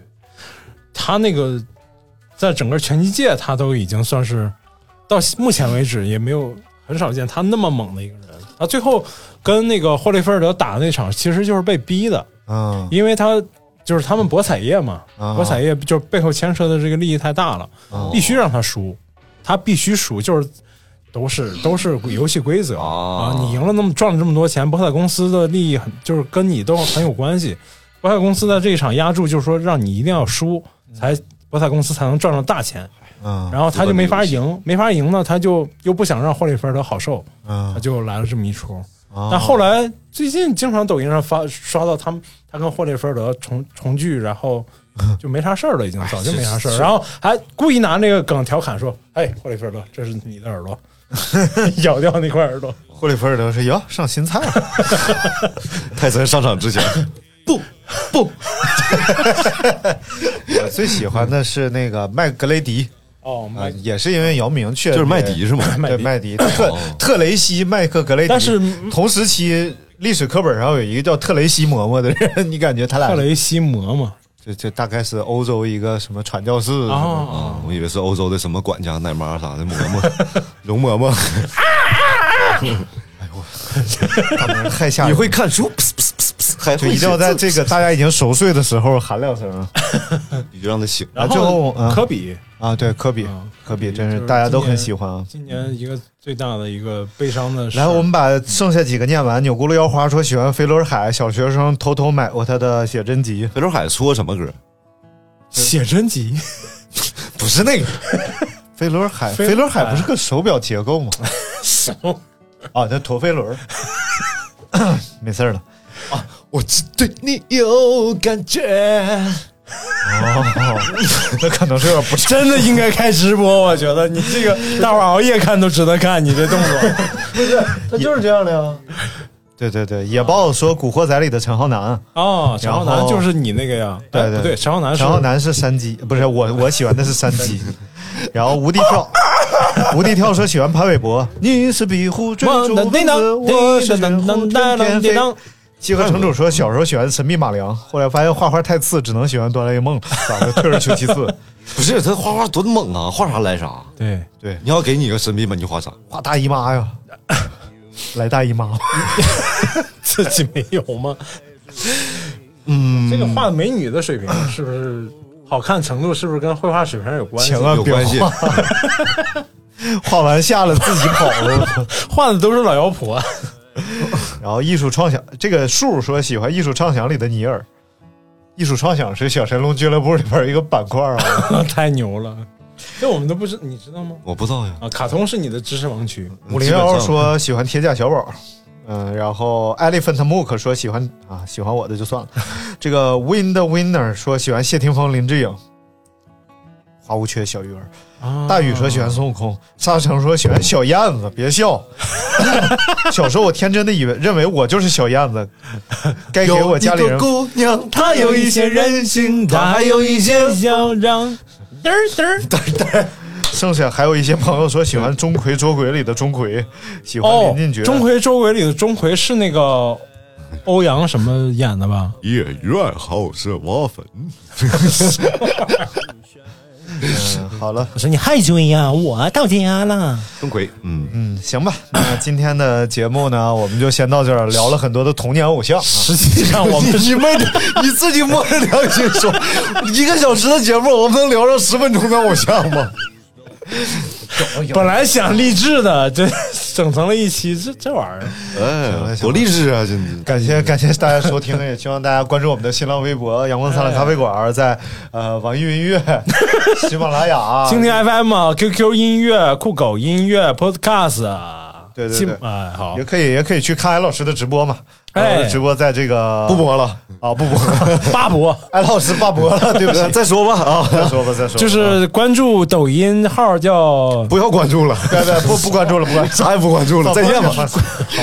Speaker 3: 他那个在整个拳击界，他都已经算是到目前为止也没有很少见他那么猛的一个人。他最后跟那个霍利菲尔德打的那场，其实就是被逼的，
Speaker 2: 嗯
Speaker 3: 因为他就是他们博彩业嘛，
Speaker 2: 啊
Speaker 3: 博彩业就是背后牵扯的这个利益太大了，
Speaker 2: 哦
Speaker 3: 必须让他输，他必须输，就是都是都是游戏规则
Speaker 4: 哦
Speaker 3: 啊！你赢了那么赚了这么多钱，博彩公司的利益很就是跟你都很有关系。博彩公司在这一场压注，就是说让你一定要输，才博彩公司才能赚到大钱。
Speaker 2: 嗯
Speaker 3: 然后他就没法赢，没法赢呢，他就又不想让霍利菲尔德好受，他
Speaker 2: 嗯，
Speaker 3: 就来了这么一出。
Speaker 2: 哦
Speaker 3: 但后来最近经常抖音上发刷到他们，他跟霍利菲尔德重重聚，然后就没啥事儿了，已经早就没啥事儿，然后还故意拿那个梗调侃说：“哎，霍利菲尔德，这是你的耳朵，咬掉那块耳朵。
Speaker 2: 霍利菲尔德说哟上新菜了，
Speaker 4: 泰森上场之 前，
Speaker 2: 我最喜欢的是那个麦格雷迪。”
Speaker 3: 哦，
Speaker 2: 啊
Speaker 3: 麦，
Speaker 2: 也是因为姚明确
Speaker 4: 就是麦迪是吗
Speaker 2: 对，麦迪特特雷西麦克格雷迪，
Speaker 3: 但是
Speaker 2: 同时期历史课本上有一个叫特雷西嬷嬷的人，你感觉他俩
Speaker 3: 克雷西摩嘛，
Speaker 2: 就就大概是欧洲一个什么传教士什么啊
Speaker 4: 啊
Speaker 3: 哦，
Speaker 4: 我以为是欧洲的什么管家、奶妈啥的，嬷嬷、容嬷嬷。
Speaker 2: 的，他们太吓
Speaker 3: 啊
Speaker 2: 人了。
Speaker 4: 看书？噗噗噗噗 噗还
Speaker 2: 就
Speaker 4: 会
Speaker 2: 一定要在这个大家已经熟睡的时候喊两声 啊
Speaker 4: 你就让他醒。
Speaker 3: 然
Speaker 2: 最
Speaker 3: 后
Speaker 2: 后嗯
Speaker 3: 科比
Speaker 2: 啊！对，科比
Speaker 3: 嗯，
Speaker 2: 科比真
Speaker 3: 就是是
Speaker 2: 大家都
Speaker 3: 今
Speaker 2: 很
Speaker 3: 年
Speaker 2: 喜欢啊。
Speaker 3: 今年一个最大的一个悲伤的事，
Speaker 2: 来，我们把剩下几个念完。钮咕噜腰花说喜欢飞轮海，小学生偷偷买过他的写真集，
Speaker 4: 飞轮海出过什么歌？
Speaker 3: 写真集，
Speaker 2: 不是那个飞轮海，
Speaker 3: 飞
Speaker 2: 飞轮海不是个手表结构 吗？
Speaker 3: 什么
Speaker 2: 啊，那陀飞轮儿，没事儿 了。
Speaker 4: 我只对你有感觉。
Speaker 2: 哦， 那可能是有点不正。
Speaker 3: 真的应该开直播，我觉得你这 个大伙儿熬夜看都值得看，你这动 作。
Speaker 2: 他就是这样的呀。对对对，野豹说《古惑仔》里的陈浩南，
Speaker 3: 哦，陈浩
Speaker 2: 然
Speaker 3: 南
Speaker 2: 后
Speaker 3: 就是你那个呀？
Speaker 2: 对
Speaker 3: 哎
Speaker 2: 对
Speaker 3: 不对，陈浩南是
Speaker 2: 陈浩南是山鸡，不是我，我喜欢的是山 鸡。然后无地跳，无地跳说喜欢潘玮柏，你是壁虎追逐蚊子，我是雪狐翩翩飞。七和城主说小时候喜欢神秘马良，后来发现画画太次，只能喜欢哆啦 A 梦，咋的退而求其次。
Speaker 4: 不是他画画多猛啊，画啥来啥。
Speaker 3: 对，
Speaker 2: 对，
Speaker 4: 你要给你个神秘吧，你就画啥？
Speaker 2: 画大姨妈呀，来大姨妈。
Speaker 3: 自己没有吗？嗯，这个画美女的水平是不是好看程度，是不是跟绘画水平有关系
Speaker 2: 千？万
Speaker 4: 有
Speaker 2: 别
Speaker 4: 关系
Speaker 2: 画，画完下了自己跑了。
Speaker 3: 画的都是老妖婆，
Speaker 2: 然后艺术创想，这个树说喜欢艺术畅想里的尼尔。 艺术创想是小神龙俱乐部里边一个板块啊。
Speaker 3: 太牛了。这我们都不知，你知道吗？
Speaker 4: 我不知道 呀。
Speaker 3: 啊，卡通是你的知识盲区，
Speaker 4: 嗯
Speaker 2: 五零幺说喜欢铁甲小宝，嗯，然后 Elephant Mook 说喜欢啊，喜欢我的就算了。这个 Win the Winner 说喜欢谢霆锋、林志颖，花无缺、小鱼儿。
Speaker 3: 啊
Speaker 2: 大禹说喜欢孙悟空，沙城说喜欢小燕子，别笑。 小时候我天真的以为认为我就是小燕子，该给我家里人
Speaker 4: 姑娘，她有一些任性，她还有一些
Speaker 3: 嚣张，嘚儿嘚儿。
Speaker 2: 剩下还有一些朋友说喜欢钟馗捉鬼里的钟馗，喜 欢
Speaker 3: 哦
Speaker 2: 林俊，杰。
Speaker 3: 钟馗周围里的钟馗是那个欧阳什么演的吧？
Speaker 6: 也愿好吃挖坟。
Speaker 2: 嗯好了，
Speaker 7: 我说你害羞呀，我到家了。
Speaker 4: 钟馗，嗯，
Speaker 2: 嗯，行吧，那今天的节目呢，我们就先到这儿，聊了很多的童年偶像啊。
Speaker 3: 实际上我们
Speaker 4: 你们你自己摸着良心说，一个小时的节目，我们能聊上十分钟的偶像吗？哎
Speaker 3: 本来想励志的， 这整成了一期这这玩意儿。
Speaker 4: 哎，多励志啊！真的，
Speaker 2: 感谢感谢大家收听，也希望大家关注我们的新浪微博“阳光灿烂咖啡馆”，在呃网易云音 乐、喜马拉雅、
Speaker 3: 蜻蜓 FM 啊、QQ 音乐、酷狗音乐、Podcast，啊
Speaker 2: 对对
Speaker 3: 喜
Speaker 2: 对
Speaker 3: 哎好
Speaker 2: 也，可以也可以去看艾老师的直播嘛。
Speaker 3: 哎
Speaker 2: 艾老师直播在这个
Speaker 4: 不播了，
Speaker 2: 啊不播，
Speaker 3: 八博
Speaker 2: 艾老师罢播了，对不起，
Speaker 4: 再说吧啊，
Speaker 2: 再说吧啊再说吧，
Speaker 3: 就是关注抖音号叫
Speaker 4: 不要关注了，
Speaker 2: 别别不不关注了不关注了，
Speaker 4: 啥也不关注 了，再见吧
Speaker 2: 好吧，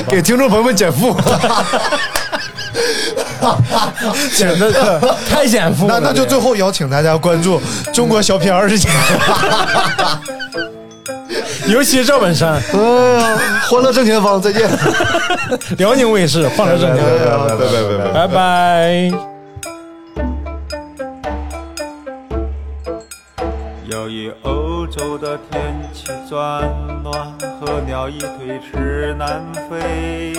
Speaker 4: 给听众朋友们减负。
Speaker 3: 简的 太减负
Speaker 2: 那
Speaker 3: 了，
Speaker 2: 那就最后邀请大家关注中国小品二十讲。
Speaker 3: 这个尤其是赵本山，
Speaker 4: 哎呀，欢乐正前方，再见。
Speaker 3: 辽宁卫视放了正经，
Speaker 4: 拜拜拜拜。
Speaker 3: 拜拜。
Speaker 8: 由于欧洲的天气转暖，候鸟已推迟南飞。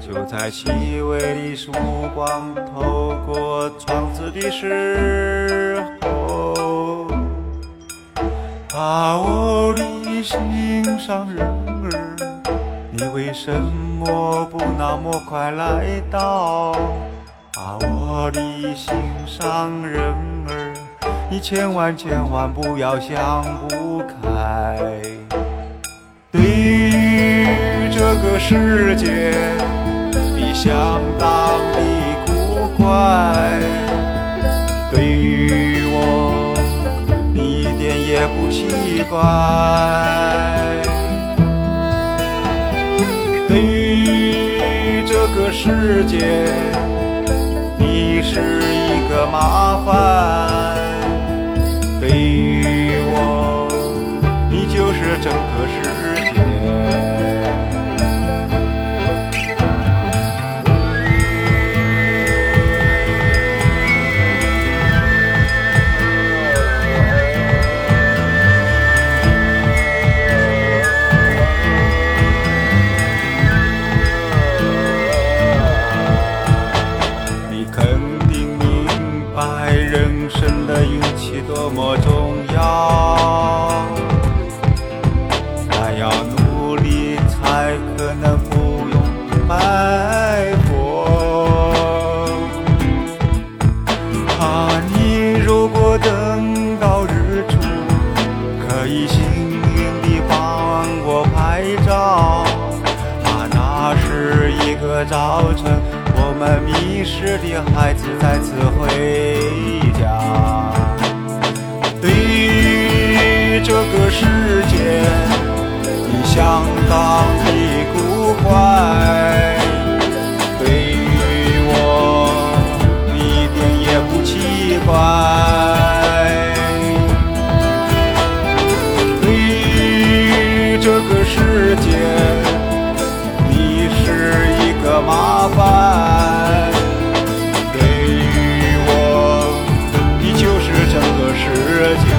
Speaker 8: 就在细微的曙光透过窗子的时候，啊，我的心上人儿，你为什么不那么快来到？啊，我的心上人儿，你千万千万不要想不开。对于这个世界，你相当的古怪。对于我，你一点也不奇怪。对于这个世界，你是一个麻烦；对于我，你就是整个世界。你肯定明白人生的运气多么重要，那要努力才可能不用白活。啊，你如果等到日出，可以幸运地帮我拍照。啊，那是一个早晨，我们迷失的孩子再次回家。对于这个世界，你相当的古怪。对于我，你一点也不奇怪。对于这个世界，你是一个麻烦。对于我，你就是整个世界。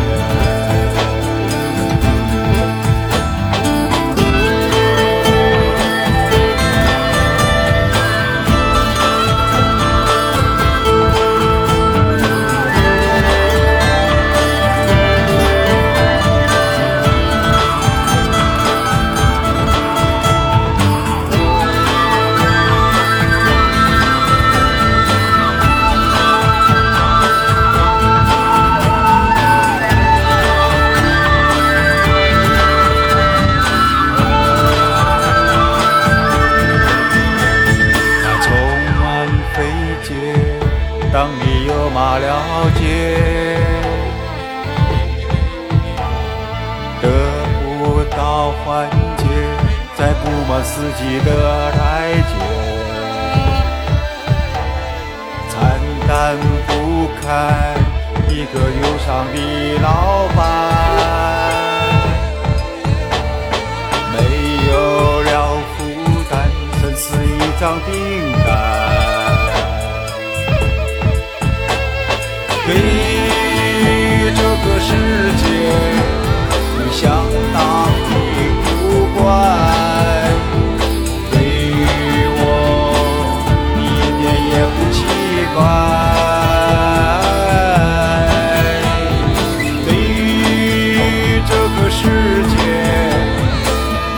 Speaker 9: 了解，得不到缓解，在布满四季的台阶，惨淡不堪，一个忧伤的老板。没有了负担，真是一张订单。对于这个世界，有相当的不管。对于我，一点也不奇怪。对于这个世界。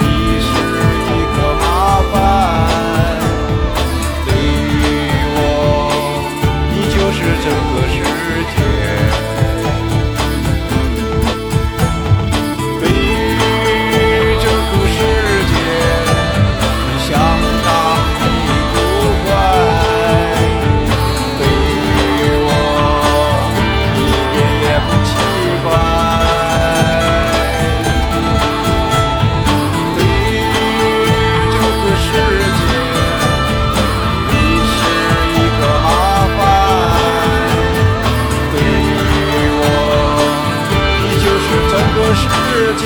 Speaker 9: 你是一个麻烦，对于我，你就是整个世界。对于这个世界，你相当的古怪，对于我，一点也不奇怪。对于这个世界，你是一个麻烦；对于我，你就是整个世界。